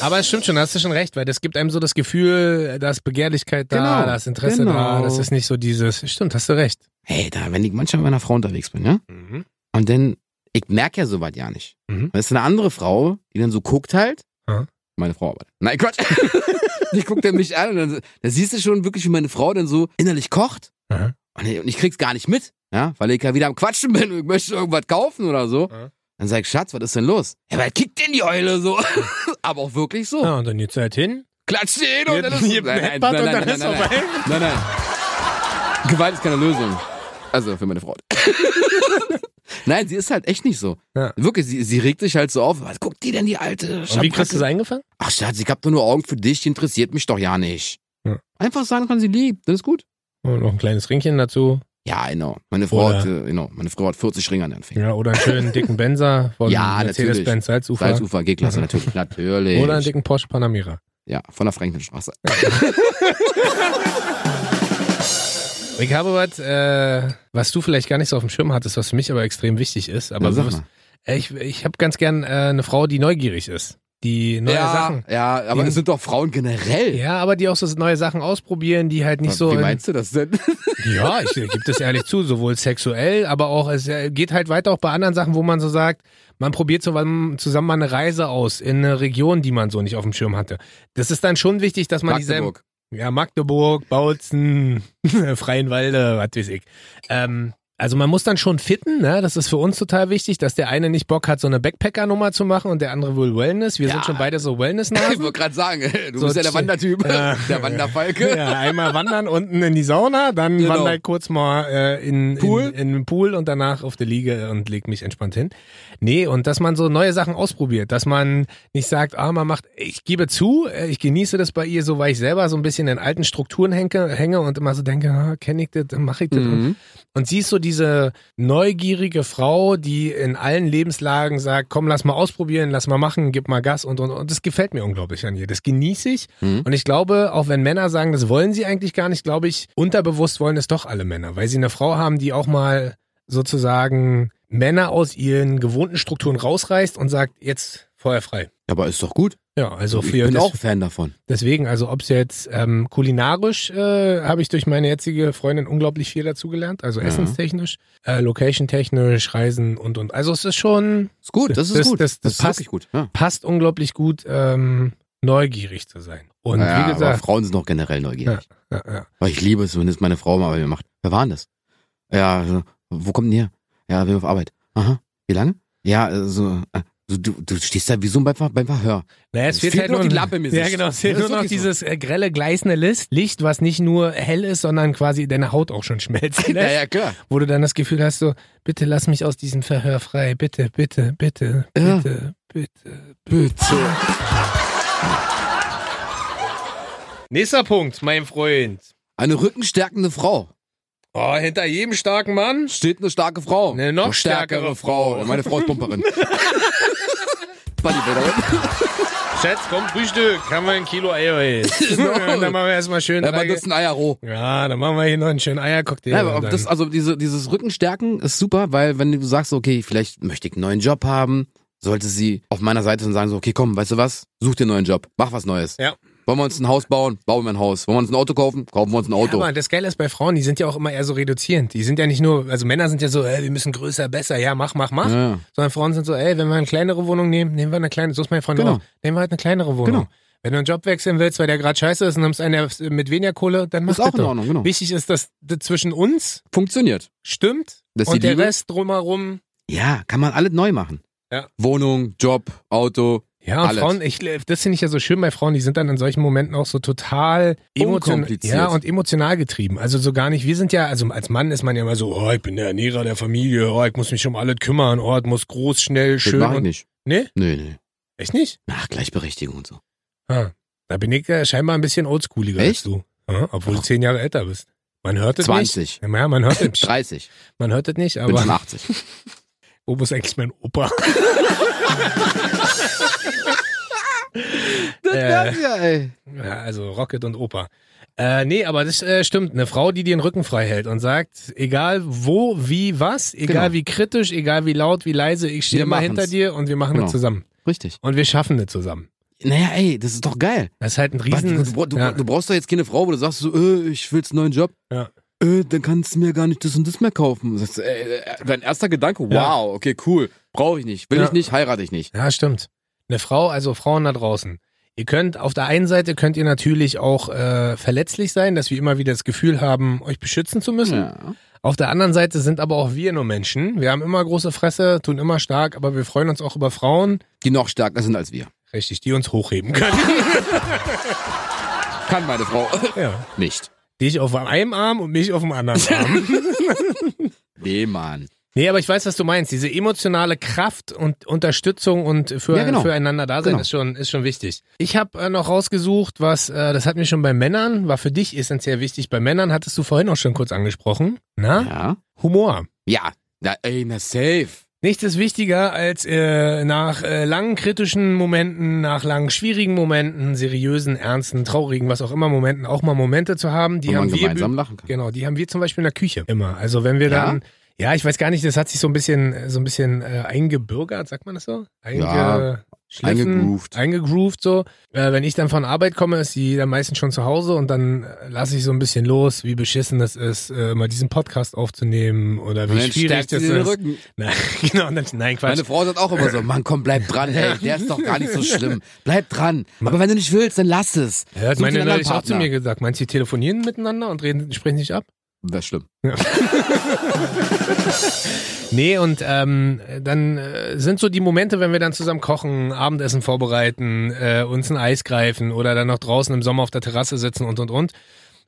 Speaker 1: Aber es stimmt schon, da hast du schon recht, weil das gibt einem so das Gefühl, da ist Begehrlichkeit da,
Speaker 2: Genau,
Speaker 1: da ist Interesse da,
Speaker 2: genau.
Speaker 1: das ist nicht so dieses. Stimmt, hast du recht.
Speaker 2: Hey, da, wenn ich manchmal mit einer Frau unterwegs bin, ja?
Speaker 1: Mhm.
Speaker 2: Und dann, ich merke ja soweit ja nicht.
Speaker 1: Mhm.
Speaker 2: Dann ist eine andere Frau, die dann so guckt halt.
Speaker 1: Ja.
Speaker 2: Meine Frau aber. Nein, Quatsch. die guckt dann mich an und dann, da siehst du schon wirklich, wie meine Frau dann so innerlich kocht.
Speaker 1: Aha.
Speaker 2: Und ich, und ich krieg's gar nicht mit, ja? Weil ich ja wieder am Quatschen bin und ich möchte irgendwas kaufen oder so.
Speaker 1: Ja.
Speaker 2: Dann sag ich, Schatz, was ist denn los? Ja, wer kickt denn die Eule so? aber auch wirklich so.
Speaker 1: Ja, und dann jetzt halt hin.
Speaker 2: Klatscht die hin Oh. und dann ist
Speaker 1: Hier- hier
Speaker 2: nein, nein,
Speaker 1: Bad und
Speaker 2: nein,
Speaker 1: dann
Speaker 2: nein,
Speaker 1: ist
Speaker 2: nein, nein,
Speaker 1: vorbei.
Speaker 2: nein, nein. Gewalt ist keine Lösung. Also für meine Frau. nein, sie ist halt echt nicht so.
Speaker 1: Ja.
Speaker 2: Wirklich, sie, sie regt sich halt so auf. Was guckt die denn, die
Speaker 1: Und wie
Speaker 2: alte
Speaker 1: kriegst du
Speaker 2: Schabracke?
Speaker 1: es eingefangen?
Speaker 2: Ach Schatz, ich hab doch nur Augen für dich, die interessiert mich doch ja nicht.
Speaker 1: Ja.
Speaker 2: Einfach sagen kann, sie liebt, dann ist gut.
Speaker 1: Und Oh, noch ein kleines Ringchen dazu.
Speaker 2: Ja, genau. Meine Frau,
Speaker 1: Oder-
Speaker 2: hat, äh, genau. meine Frau hat 40 Ringe an den Fingern.
Speaker 1: Ja, oder einen schönen dicken Benzer von
Speaker 2: Ja,
Speaker 1: Mercedes-Benz Salzufer.
Speaker 2: Salzufer, G-Klasse, natürlich. Natürlich.
Speaker 1: Oder einen dicken Porsche Panamera.
Speaker 2: Ja, von der Frankenstraße.
Speaker 1: Ich habe was, äh, was du vielleicht gar nicht so auf dem Schirm hattest, was für mich aber extrem wichtig ist. Aber
Speaker 2: Na,
Speaker 1: du
Speaker 2: sag
Speaker 1: wirst-
Speaker 2: mal.
Speaker 1: Äh, ich, ich habe ganz gern äh, eine Frau, die neugierig ist, die neue
Speaker 2: ja,
Speaker 1: Sachen.
Speaker 2: ja, aber
Speaker 1: Die-
Speaker 2: es sind doch Frauen generell.
Speaker 1: Ja, aber die auch so neue Sachen ausprobieren, die halt nicht so.
Speaker 2: Wie
Speaker 1: in-
Speaker 2: meinst du das denn?
Speaker 1: Ja, ich, ich gebe das ehrlich zu, sowohl sexuell, aber auch, es äh, geht halt weiter auch bei anderen Sachen, wo man so sagt, man probiert zusammen, zusammen mal eine Reise aus in eine Region, die man so nicht auf dem Schirm hatte. Das ist dann schon wichtig, dass man dieselben,
Speaker 2: Magdeburg.
Speaker 1: ja, Magdeburg, Bautzen, Freienwalde, was weiß ich. Ähm, also man muss dann schon fitten, ne? Das ist für uns total wichtig, dass der eine nicht Bock hat, so eine Backpacker-Nummer zu machen und der andere will Wellness. Wir
Speaker 2: Ja.
Speaker 1: sind schon beide so wellness
Speaker 2: Ich wollte gerade sagen, du
Speaker 1: So
Speaker 2: bist ja
Speaker 1: chill.
Speaker 2: der Wandertyp,
Speaker 1: Ja.
Speaker 2: der Wanderfalke.
Speaker 1: Ja, einmal wandern unten in die Sauna, dann
Speaker 2: Genau.
Speaker 1: wandere ich kurz mal äh, in,
Speaker 2: Pool?
Speaker 1: in, in den Pool und danach auf der Liege und leg mich entspannt hin. Nee, und dass man so neue Sachen ausprobiert, dass man nicht sagt, ah, man macht, ich gebe zu, äh, ich genieße das bei ihr so, weil ich selber so ein bisschen in alten Strukturen hänge, hänge und immer so denke, ah, kenne ich das, mache ich das.
Speaker 2: Mhm.
Speaker 1: Und sie ist so diese neugierige Frau, die in allen Lebenslagen sagt, komm, lass mal ausprobieren, lass mal machen, gib mal Gas und und und. Das gefällt mir unglaublich an ihr. Das genieße ich.
Speaker 2: Mhm.
Speaker 1: Und ich glaube, auch wenn Männer sagen, das wollen sie eigentlich gar nicht, glaube ich, unterbewusst wollen es doch alle Männer, weil sie eine Frau haben, die auch mal sozusagen Männer aus ihren gewohnten Strukturen rausreißt und sagt, jetzt Feuer frei.
Speaker 2: Aber ist doch gut.
Speaker 1: Ja, also
Speaker 2: ich
Speaker 1: für
Speaker 2: bin
Speaker 1: das-
Speaker 2: auch Fan davon.
Speaker 1: Deswegen, also ob es jetzt ähm, kulinarisch, äh, habe ich durch meine jetzige Freundin unglaublich viel dazugelernt, also
Speaker 2: Ja.
Speaker 1: essenstechnisch, äh, location-technisch, Reisen und und. Also es ist schon,
Speaker 2: Ist gut, das ist
Speaker 1: Das-
Speaker 2: gut.
Speaker 1: das- das
Speaker 2: ist
Speaker 1: passt.
Speaker 2: wirklich gut. Ja.
Speaker 1: passt unglaublich gut, ähm, neugierig zu sein. Und
Speaker 2: ja,
Speaker 1: wie
Speaker 2: aber
Speaker 1: gesagt,
Speaker 2: Frauen sind auch generell neugierig.
Speaker 1: ja, ja.
Speaker 2: Aber ich liebe es, wenn es meine Frau mal bei mir macht. Wer war denn das? Ja, also, wo kommt denn die her? Ja, wir auf Arbeit. Aha. Wie lange? Ja, also, äh, so, du, du stehst da wie so beim, Ver- beim Verhör.
Speaker 1: Naja, es,
Speaker 2: Es
Speaker 1: fehlt,
Speaker 2: fehlt
Speaker 1: halt
Speaker 2: nur
Speaker 1: nur
Speaker 2: noch die
Speaker 1: ein-
Speaker 2: Lampe im
Speaker 1: Ja,
Speaker 2: Gesicht.
Speaker 1: genau, es fehlt
Speaker 2: Das
Speaker 1: nur
Speaker 2: ist
Speaker 1: noch
Speaker 2: wirklich so.
Speaker 1: dieses äh, grelle, gleißende Licht, Licht, was nicht nur hell ist, sondern quasi deine Haut auch schon schmelzen lässt.
Speaker 2: klar.
Speaker 1: Wo du dann das Gefühl hast, so, bitte lass mich aus diesem Verhör frei, bitte, bitte, bitte,
Speaker 2: Ja.
Speaker 1: bitte, bitte.
Speaker 2: Bitte.
Speaker 1: Nächster Punkt, mein Freund.
Speaker 2: Eine rückenstärkende Frau.
Speaker 1: Oh, hinter jedem starken Mann.
Speaker 2: Steht eine starke Frau.
Speaker 1: Eine noch stärkere Frau.
Speaker 2: Meine Frau ist Pumperin. Bodybuilderin.
Speaker 1: Schatz, komm, Frühstück. Haben wir ein Kilo Eier jetzt. dann machen wir erstmal schön.
Speaker 2: Ja,
Speaker 1: drei
Speaker 2: aber das ist ein Eierroh.
Speaker 1: Ge- ja, dann machen wir hier noch einen schönen Eiercocktail.
Speaker 2: Ja, aber
Speaker 1: und
Speaker 2: ob
Speaker 1: dann-
Speaker 2: das, also diese, dieses Rückenstärken ist super, weil wenn du sagst, okay, vielleicht möchte ich einen neuen Job haben, sollte sie auf meiner Seite dann sagen, so, okay, komm, weißt du was, such dir einen neuen Job, mach was Neues.
Speaker 1: Ja.
Speaker 2: Wollen wir uns ein Haus bauen? Bauen wir ein Haus. Wollen wir uns ein Auto kaufen? Kaufen wir uns ein
Speaker 1: Ja,
Speaker 2: Auto.
Speaker 1: aber das Geile ist bei Frauen, die sind ja auch immer eher so reduzierend. Die sind ja nicht nur, also Männer sind ja so, ey, wir müssen größer, besser, ja, mach, mach, mach.
Speaker 2: Ja.
Speaker 1: Sondern Frauen sind so, ey, wenn wir eine kleinere Wohnung nehmen, nehmen wir eine kleine, so ist mein Freund
Speaker 2: Genau.
Speaker 1: auch, nehmen wir halt eine kleinere Wohnung.
Speaker 2: Genau.
Speaker 1: Wenn du einen Job wechseln willst, weil der gerade scheiße ist und nimmst einen der mit weniger Kohle, dann mach
Speaker 2: ist auch
Speaker 1: das
Speaker 2: in
Speaker 1: doch.
Speaker 2: Ordnung, genau.
Speaker 1: Wichtig ist, dass das zwischen uns
Speaker 2: Funktioniert.
Speaker 1: stimmt
Speaker 2: Dass die
Speaker 1: und der
Speaker 2: Liebe-
Speaker 1: Rest drumherum
Speaker 2: Ja, kann man alles neu machen.
Speaker 1: Ja.
Speaker 2: Wohnung, Job, Auto.
Speaker 1: Ja, und
Speaker 2: Alles.
Speaker 1: Frauen, ich, das finde ich ja so schön bei Frauen, die sind dann in solchen Momenten auch so total emotional,
Speaker 2: Unkompliziert.
Speaker 1: ja, und emotional getrieben. Also so gar nicht, wir sind ja, also als Mann ist man ja immer so, oh, ich bin der Ernährer der Familie, oh, ich muss mich um alles kümmern, oh, ich muss groß, schnell,
Speaker 2: Das
Speaker 1: schön.
Speaker 2: mach ich
Speaker 1: und,
Speaker 2: nicht.
Speaker 1: Nee?
Speaker 2: Nee, nee.
Speaker 1: Echt nicht?
Speaker 2: Ach, Gleichberechtigung und so.
Speaker 1: Ah, da bin ich äh, scheinbar ein bisschen oldschooliger als
Speaker 2: Echt?
Speaker 1: du. Ja, obwohl du
Speaker 2: Ach.
Speaker 1: zehn Jahre älter bist. Man hört es nicht.
Speaker 2: 20,
Speaker 1: Ja, man hört es,
Speaker 2: 30,
Speaker 1: man hört es nicht,
Speaker 2: bin
Speaker 1: aber
Speaker 2: schon 80.
Speaker 1: Obo ist eigentlich mein Opa.
Speaker 2: Das
Speaker 1: wär's
Speaker 2: ja, ey.
Speaker 1: Ja, also Rocket und Opa. Äh, nee, aber das äh, stimmt. Eine Frau, die den Rücken frei hält und sagt, egal wo, wie, was, egal
Speaker 2: Genau.
Speaker 1: wie kritisch, egal wie laut, wie leise, ich stehe
Speaker 2: Wir
Speaker 1: immer
Speaker 2: machen's.
Speaker 1: hinter dir und wir machen
Speaker 2: Genau.
Speaker 1: das zusammen.
Speaker 2: Richtig.
Speaker 1: Und wir schaffen das zusammen.
Speaker 2: Naja, ey, das ist doch geil.
Speaker 1: Das ist halt ein
Speaker 2: Was,
Speaker 1: riesen...
Speaker 2: du, du, du,
Speaker 1: ja.
Speaker 2: du brauchst doch jetzt keine Frau, wo du sagst so, äh, ich will jetzt einen neuen Job.
Speaker 1: Ja.
Speaker 2: Äh, dann kannst du mir gar nicht das und das mehr kaufen. Sagst, du, äh, äh, dein erster Gedanke, wow,
Speaker 1: Ja.
Speaker 2: okay, cool. Brauche ich nicht, will
Speaker 1: Ja.
Speaker 2: ich nicht, heirate ich nicht.
Speaker 1: ja, stimmt. Eine Frau, also Frauen da draußen. Ihr könnt, auf der einen Seite könnt ihr natürlich auch äh, verletzlich sein, dass wir immer wieder das Gefühl haben, euch beschützen zu müssen.
Speaker 2: Ja.
Speaker 1: Auf der anderen Seite sind aber auch wir nur Menschen. Wir haben immer große Fresse, tun immer stark, aber wir freuen uns auch über Frauen,
Speaker 2: Die noch stärker sind als wir.
Speaker 1: Richtig, die uns hochheben können.
Speaker 2: Kann meine Frau
Speaker 1: ja.
Speaker 2: nicht.
Speaker 1: Dich auf einem Arm und mich auf dem anderen Arm.
Speaker 2: Nee, Mann.
Speaker 1: nee, aber ich weiß, was du meinst. Diese emotionale Kraft und Unterstützung und für,
Speaker 2: Ja, genau.
Speaker 1: füreinander da sein
Speaker 2: Genau.
Speaker 1: ist, schon, ist schon wichtig. Ich habe äh, noch rausgesucht, was, äh, das hatten wir schon bei Männern, war für dich essentiell wichtig. Bei Männern Hm? hattest du vorhin auch schon kurz angesprochen. Na?
Speaker 2: Ja?
Speaker 1: ne? Humor.
Speaker 2: Ja. Na, ey, na safe.
Speaker 1: Nichts ist wichtiger, als äh, nach äh, langen kritischen Momenten, nach langen schwierigen Momenten, seriösen, ernsten, traurigen, was auch immer Momenten, auch mal Momente zu haben, die
Speaker 2: Wo man
Speaker 1: haben wir
Speaker 2: gemeinsam lachen kann.
Speaker 1: Genau, die haben wir zum Beispiel in der Küche immer. Also wenn wir
Speaker 2: Ja?
Speaker 1: dann, ja, ich weiß gar nicht, das hat sich so ein bisschen, so ein bisschen äh, eingebürgert, sagt man das so?
Speaker 2: Ja,
Speaker 1: Schliffen,
Speaker 2: eingegroovt.
Speaker 1: Eingegroovt so. Äh, wenn ich dann von Arbeit komme, ist die dann meistens schon zu Hause und dann äh, lasse ich so ein bisschen los, wie beschissen das ist, äh, mal diesen Podcast aufzunehmen oder wie
Speaker 2: Und dann
Speaker 1: schwierig
Speaker 2: stärkt sie
Speaker 1: das
Speaker 2: den
Speaker 1: ist.
Speaker 2: Rücken.
Speaker 1: Na, genau, und dann, nein, Quatsch.
Speaker 2: Meine Frau sagt auch immer so, Mann, komm, bleib dran, hey, der ist doch gar nicht so schlimm. Bleib dran. Aber wenn du nicht willst, dann lass es.
Speaker 1: Ja, hat
Speaker 2: Such dir
Speaker 1: meine
Speaker 2: einen
Speaker 1: neulich
Speaker 2: anderen
Speaker 1: auch zu
Speaker 2: Partner.
Speaker 1: mir gesagt, meinst du, die telefonieren miteinander und reden, sprechen sich ab?
Speaker 2: Wäre schlimm.
Speaker 1: Nee, und ähm, dann äh, sind so die Momente, wenn wir dann zusammen kochen, Abendessen vorbereiten, äh, uns ein Eis greifen oder dann noch draußen im Sommer auf der Terrasse sitzen und und und,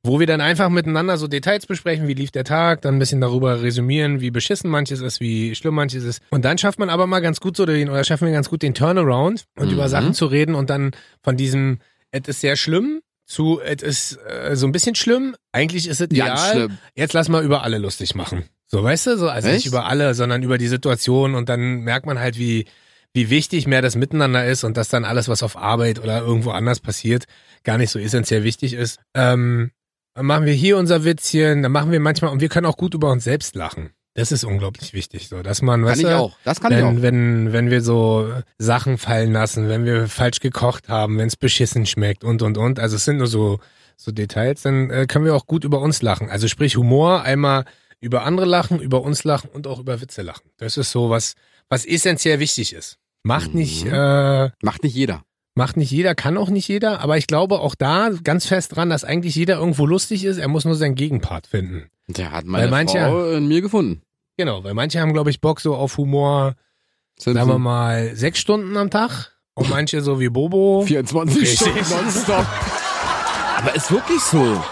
Speaker 1: wo wir dann einfach miteinander so Details besprechen, wie lief der Tag, dann ein bisschen darüber resümieren, wie beschissen manches ist, wie schlimm manches ist. Und dann schafft man aber mal ganz gut so den, oder schaffen wir ganz gut den Turnaround und
Speaker 2: Mhm.
Speaker 1: über Sachen zu reden und dann von diesem, es ist sehr schlimm zu, es ist äh, so ein bisschen schlimm, eigentlich ist es
Speaker 2: Ganz
Speaker 1: ideal
Speaker 2: schlimm.
Speaker 1: jetzt lass mal über alle lustig machen. So, weißt du, so, also nicht
Speaker 2: Echt?
Speaker 1: über alle, sondern über die Situation und dann merkt man halt, wie, wie wichtig mehr das Miteinander ist und dass dann alles, was auf Arbeit oder irgendwo anders passiert, gar nicht so essentiell wichtig ist. Ähm, dann machen wir hier unser Witzchen, dann machen wir manchmal, und wir können auch gut über uns selbst lachen. Das ist unglaublich wichtig, so, dass man,
Speaker 2: Kann
Speaker 1: weißt
Speaker 2: ich
Speaker 1: du,
Speaker 2: auch. Das kann ich
Speaker 1: wenn,
Speaker 2: auch.
Speaker 1: wenn, wenn wir so Sachen fallen lassen, wenn wir falsch gekocht haben, wenn es beschissen schmeckt und und und. Also es sind nur so, so Details, dann äh, können wir auch gut über uns lachen. Also sprich Humor, einmal über andere lachen, über uns lachen und auch über Witze lachen. Das ist so was, was essentiell wichtig ist. Macht
Speaker 2: Mhm.
Speaker 1: nicht, äh,
Speaker 2: Macht nicht jeder.
Speaker 1: macht nicht jeder, kann auch nicht jeder, aber ich glaube auch da ganz fest dran, dass eigentlich jeder irgendwo lustig ist, er muss nur seinen Gegenpart finden.
Speaker 2: Der hat
Speaker 1: Weil
Speaker 2: meine
Speaker 1: manche-
Speaker 2: Frau in mir gefunden.
Speaker 1: Genau, weil manche haben, glaube ich, Bock so auf Humor, sagen wir
Speaker 2: Simpson.
Speaker 1: mal, sechs Stunden am Tag. Und manche so wie Bobo.
Speaker 2: 24
Speaker 1: Richtig.
Speaker 2: Stunden nonstop. Aber ist wirklich so.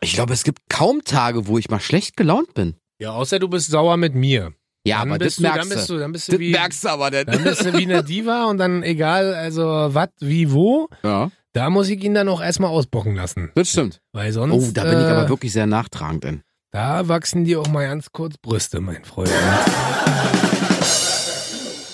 Speaker 2: Ich glaube, es gibt kaum Tage, wo ich mal schlecht gelaunt bin.
Speaker 1: Ja, außer du bist sauer mit mir.
Speaker 2: Ja,
Speaker 1: Dann
Speaker 2: aber
Speaker 1: bist
Speaker 2: das
Speaker 1: du, dann
Speaker 2: merkst
Speaker 1: bist
Speaker 2: du.
Speaker 1: du, dann bist du
Speaker 2: Das
Speaker 1: wie,
Speaker 2: merkst du aber
Speaker 1: dann
Speaker 2: denn.
Speaker 1: bist du wie eine Diva und dann egal, also was, wie, wo,
Speaker 2: Ja,
Speaker 1: da muss ich ihn dann auch erstmal ausbocken lassen.
Speaker 2: das stimmt.
Speaker 1: Weil sonst,
Speaker 2: Oh, da bin ich
Speaker 1: äh,
Speaker 2: aber wirklich sehr nachtragend in.
Speaker 1: da wachsen dir auch mal ganz kurz Brüste, mein Freund.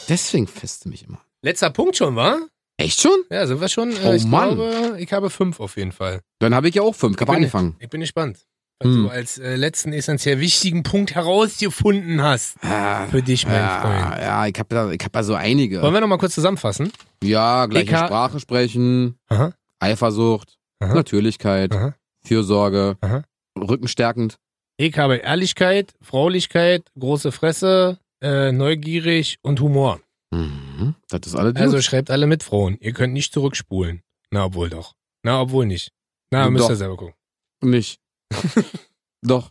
Speaker 2: Deswegen feste mich immer.
Speaker 1: Letzter Punkt schon, wa?
Speaker 2: Echt schon?
Speaker 1: Ja, sind wir schon, äh,
Speaker 2: Oh,
Speaker 1: ich
Speaker 2: Mann.
Speaker 1: glaube, ich habe fünf auf jeden Fall.
Speaker 2: Dann habe ich ja auch fünf. Ich habe
Speaker 1: bin-
Speaker 2: angefangen.
Speaker 1: Ich bin gespannt, was
Speaker 2: Hm.
Speaker 1: du als äh, letzten essentiell wichtigen Punkt herausgefunden hast.
Speaker 2: Ah,
Speaker 1: Für dich, mein Freund.
Speaker 2: ja, ja, ich habe da, ich hab da so einige.
Speaker 1: Wollen wir noch mal kurz zusammenfassen?
Speaker 2: Ja, gleiche
Speaker 1: Ich ha-
Speaker 2: Sprache sprechen,
Speaker 1: Aha.
Speaker 2: Eifersucht,
Speaker 1: Aha.
Speaker 2: Natürlichkeit,
Speaker 1: Aha.
Speaker 2: Fürsorge,
Speaker 1: Aha.
Speaker 2: rückenstärkend.
Speaker 1: Ich habe Ehrlichkeit, Fraulichkeit, große Fresse, äh, neugierig und Humor.
Speaker 2: Mhm. Das ist alles
Speaker 1: Also
Speaker 2: gut.
Speaker 1: schreibt alle mit Frauen. Ihr könnt nicht zurückspulen. Na, obwohl doch. Na, obwohl nicht. Na,
Speaker 2: Doch.
Speaker 1: müsst ihr selber gucken.
Speaker 2: Nicht. Doch.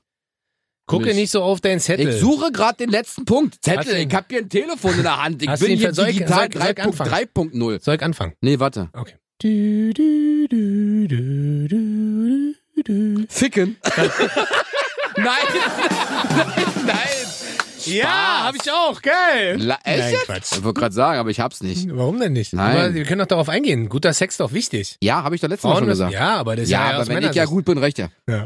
Speaker 1: Gucke
Speaker 2: Nicht.
Speaker 1: nicht so auf dein Zettel.
Speaker 2: Ich suche gerade den letzten Punkt.
Speaker 1: Hast
Speaker 2: Zettel,
Speaker 1: du ihn?
Speaker 2: ich habe hier ein Telefon in der Hand. Ich
Speaker 1: Hast du
Speaker 2: bin
Speaker 1: ihn
Speaker 2: hier
Speaker 1: versäumt? Soll
Speaker 2: digital
Speaker 1: ich- soll ich anfangen?
Speaker 2: 3.0.
Speaker 1: Soll ich anfangen?
Speaker 2: Nee, warte.
Speaker 1: Okay. Du, du, du, du, du, du, du.
Speaker 2: Ficken. nein. nein. Nein.
Speaker 1: Ja, hab ich auch. Geil.
Speaker 2: La echt?
Speaker 1: Nein,
Speaker 2: jetzt?
Speaker 1: Quatsch.
Speaker 2: ich wollte gerade sagen, aber ich hab's nicht.
Speaker 1: Warum denn nicht?
Speaker 2: Nein.
Speaker 1: Aber wir können doch darauf eingehen. Guter Sex ist doch wichtig.
Speaker 2: Ja, habe ich doch letztes Mal schon
Speaker 1: müssen-
Speaker 2: gesagt.
Speaker 1: ja, aber das ist ja,
Speaker 2: Ja,
Speaker 1: aus
Speaker 2: aber wenn ich
Speaker 1: Männersicht.
Speaker 2: ja gut bin, recht ja.
Speaker 1: Ja.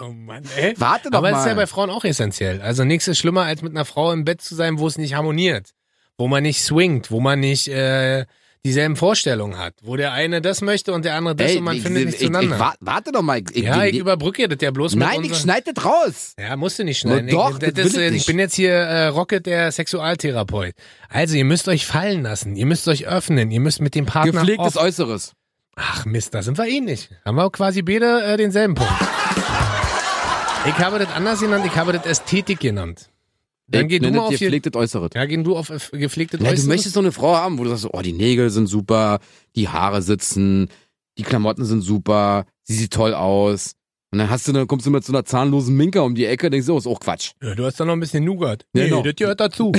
Speaker 1: oh Mann, ey.
Speaker 2: Warte doch
Speaker 1: Aber
Speaker 2: mal.
Speaker 1: es ist ja bei Frauen auch essentiell. Also nichts ist schlimmer, als mit einer Frau im Bett zu sein, wo es nicht harmoniert, wo man nicht swingt, wo man nicht äh, dieselben Vorstellungen hat, wo der eine das möchte und der andere das
Speaker 2: Ey,
Speaker 1: und man
Speaker 2: ich,
Speaker 1: findet
Speaker 2: ich,
Speaker 1: nicht
Speaker 2: ich, ich,
Speaker 1: zueinander.
Speaker 2: wa- warte doch mal. Ich, ich,
Speaker 1: ja, ich
Speaker 2: ich-
Speaker 1: überbrücke das ja bloß
Speaker 2: nein,
Speaker 1: mit
Speaker 2: ich
Speaker 1: unserer-
Speaker 2: schneide das raus.
Speaker 1: ja, musst du nicht schneiden.
Speaker 2: Na doch,
Speaker 1: ich,
Speaker 2: das
Speaker 1: das
Speaker 2: will ich
Speaker 1: äh, ich
Speaker 2: nicht.
Speaker 1: bin jetzt hier äh, Rocket, der Sexualtherapeut. Also, ihr müsst euch fallen lassen, ihr müsst euch öffnen, ihr müsst mit dem Partner
Speaker 2: Gepflegtes
Speaker 1: offen-
Speaker 2: Äußeres.
Speaker 1: Ach Mist, da sind wir ähnlich. Haben wir auch quasi beide äh, denselben Punkt. Ich habe das anders genannt, ich habe das Ästhetik genannt. Dann
Speaker 2: Ich
Speaker 1: geh du
Speaker 2: nenne
Speaker 1: mal
Speaker 2: das
Speaker 1: auf hier.
Speaker 2: Gepflegtes Äußeres.
Speaker 1: Ja, geh du auf äh, gepflegte
Speaker 2: Ja, du
Speaker 1: Äußeres.
Speaker 2: möchtest so eine Frau haben, wo du sagst, so, oh, die Nägel sind super, die Haare sitzen, die Klamotten sind super, sie sieht toll aus. Und dann hast du, dann kommst du mit so einer zahnlosen Minka um die Ecke und denkst, oh, ist auch Quatsch.
Speaker 1: Ja, du hast da noch ein bisschen Nougat.
Speaker 2: Ja,
Speaker 1: Nee,
Speaker 2: genau.
Speaker 1: das gehört dazu.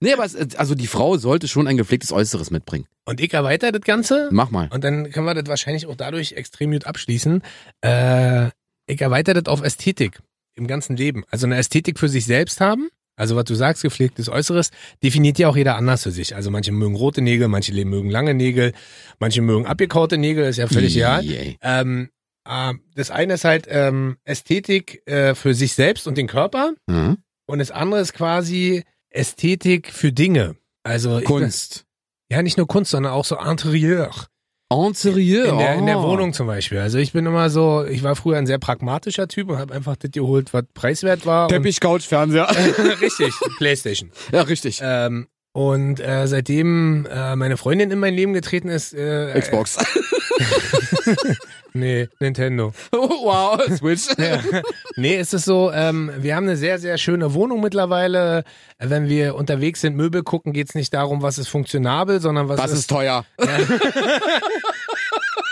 Speaker 2: nee, aber es, also die Frau sollte schon ein gepflegtes Äußeres mitbringen.
Speaker 1: Und ich erweitere das Ganze
Speaker 2: Mach mal.
Speaker 1: und dann können wir das wahrscheinlich auch dadurch extrem gut abschließen. Äh, ich erweitere das auf Ästhetik im ganzen Leben. Also eine Ästhetik für sich selbst haben. Also was du sagst, gepflegtes Äußeres, definiert ja auch jeder anders für sich. Also manche mögen rote Nägel, manche le- mögen lange Nägel, manche mögen abgekaute Nägel, ist ja völlig egal.
Speaker 2: Yay.
Speaker 1: Ähm, ähm, das eine ist halt ähm, Ästhetik äh, für sich selbst und den Körper.
Speaker 2: Mhm.
Speaker 1: Und das andere ist quasi Ästhetik für Dinge. Also ich-
Speaker 2: Kunst.
Speaker 1: Ja, nicht nur Kunst, sondern auch so Interieur.
Speaker 2: En sérieux.
Speaker 1: In der, in der
Speaker 2: oh.
Speaker 1: Wohnung zum Beispiel. Also ich bin immer so, ich war früher ein sehr pragmatischer Typ und habe einfach das geholt, was preiswert war.
Speaker 2: Teppich, Couch, Fernseher.
Speaker 1: Und, richtig, Playstation.
Speaker 2: ja, richtig.
Speaker 1: Ähm, und äh, seitdem äh, meine Freundin in mein Leben getreten ist, äh,
Speaker 2: Xbox.
Speaker 1: Äh, nee, Nintendo.
Speaker 2: wow, Switch.
Speaker 1: Ja. nee, es ist so, ähm, wir haben eine sehr, sehr schöne Wohnung mittlerweile. Äh, Wenn wir unterwegs sind, Möbel gucken, geht's nicht darum, was ist funktionabel, sondern was
Speaker 2: Das ist teuer.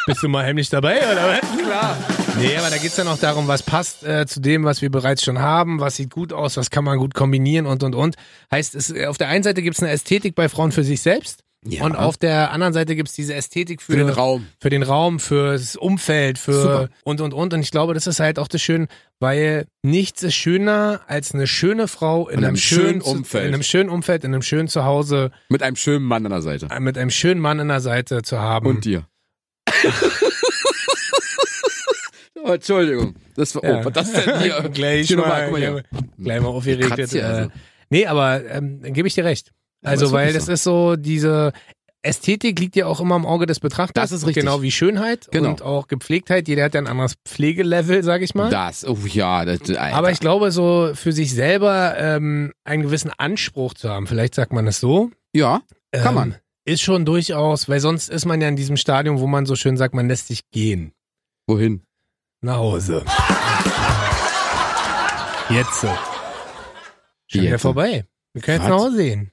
Speaker 1: Bist du mal heimlich dabei, oder was? Klar. Nee, aber da geht's dann auch darum, was passt äh, zu dem, was wir bereits schon haben, was sieht gut aus, was kann man gut kombinieren und und und. Heißt, es, äh, auf der einen Seite gibt's eine Ästhetik bei Frauen für sich selbst
Speaker 2: Ja.
Speaker 1: und auf der anderen Seite gibt's diese Ästhetik für,
Speaker 2: Für den Raum.
Speaker 1: für den Raum, fürs Umfeld, für
Speaker 2: Super.
Speaker 1: und und und. Und ich glaube, das ist halt auch das Schöne, weil nichts ist schöner als eine schöne Frau in
Speaker 2: In
Speaker 1: einem,
Speaker 2: einem schönen
Speaker 1: schönen Zu-
Speaker 2: Umfeld.
Speaker 1: in einem schönen Umfeld, in einem schönen Zuhause,
Speaker 2: Mit einem schönen Mann an der Seite.
Speaker 1: äh, mit einem schönen Mann an der Seite zu haben.
Speaker 2: Und dir. oh, Entschuldigung. Das war, oh,
Speaker 1: Ja.
Speaker 2: was das denn hier?
Speaker 1: gleich
Speaker 2: Hier
Speaker 1: mal,
Speaker 2: nochmal, guck mal hier.
Speaker 1: gleich mal aufgeregt.
Speaker 2: Kratzt hier
Speaker 1: äh,
Speaker 2: also.
Speaker 1: Nee, aber ähm, dann gebe ich dir recht.
Speaker 2: aber ist
Speaker 1: Also, weil
Speaker 2: wirklich
Speaker 1: das ist so, diese Ästhetik liegt ja auch immer im Auge des Betrachters.
Speaker 2: Das ist richtig.
Speaker 1: Genau wie Schönheit
Speaker 2: Genau.
Speaker 1: und auch Gepflegtheit. Jeder hat ja ein anderes Pflegelevel, sag ich mal.
Speaker 2: Das, oh ja. Das, Alter.
Speaker 1: aber ich glaube, so für sich selber ähm, einen gewissen Anspruch zu haben, vielleicht sagt man es so.
Speaker 2: ja,
Speaker 1: Ähm,
Speaker 2: Kann man.
Speaker 1: Ist schon durchaus, weil sonst ist man ja in diesem Stadium, wo man so schön sagt, man lässt sich gehen.
Speaker 2: wohin?
Speaker 1: Nach Hause. Jetzt. so. Schon wieder
Speaker 2: Jetzt.
Speaker 1: vorbei. Wir können jetzt
Speaker 2: Was?
Speaker 1: nach Hause gehen.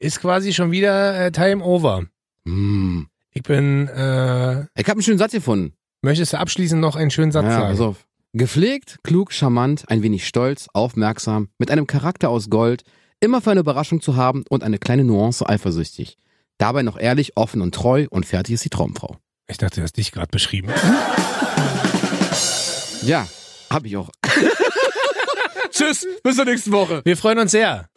Speaker 1: Ist quasi schon wieder äh, Time Over.
Speaker 2: Hm.
Speaker 1: Ich bin, äh,
Speaker 2: Ich habe einen schönen Satz gefunden.
Speaker 1: möchtest du abschließend noch einen schönen Satz
Speaker 2: ja,
Speaker 1: sagen?
Speaker 2: pass auf. Gepflegt, klug, charmant, ein wenig stolz, aufmerksam, mit einem Charakter aus Gold, immer für eine Überraschung zu haben und eine kleine Nuance eifersüchtig. Dabei noch ehrlich, offen und treu und fertig ist die Traumfrau.
Speaker 1: Ich dachte, du hast dich gerade beschrieben.
Speaker 2: Ja, hab ich auch. Tschüss, bis zur nächsten Woche.
Speaker 1: Wir freuen uns sehr.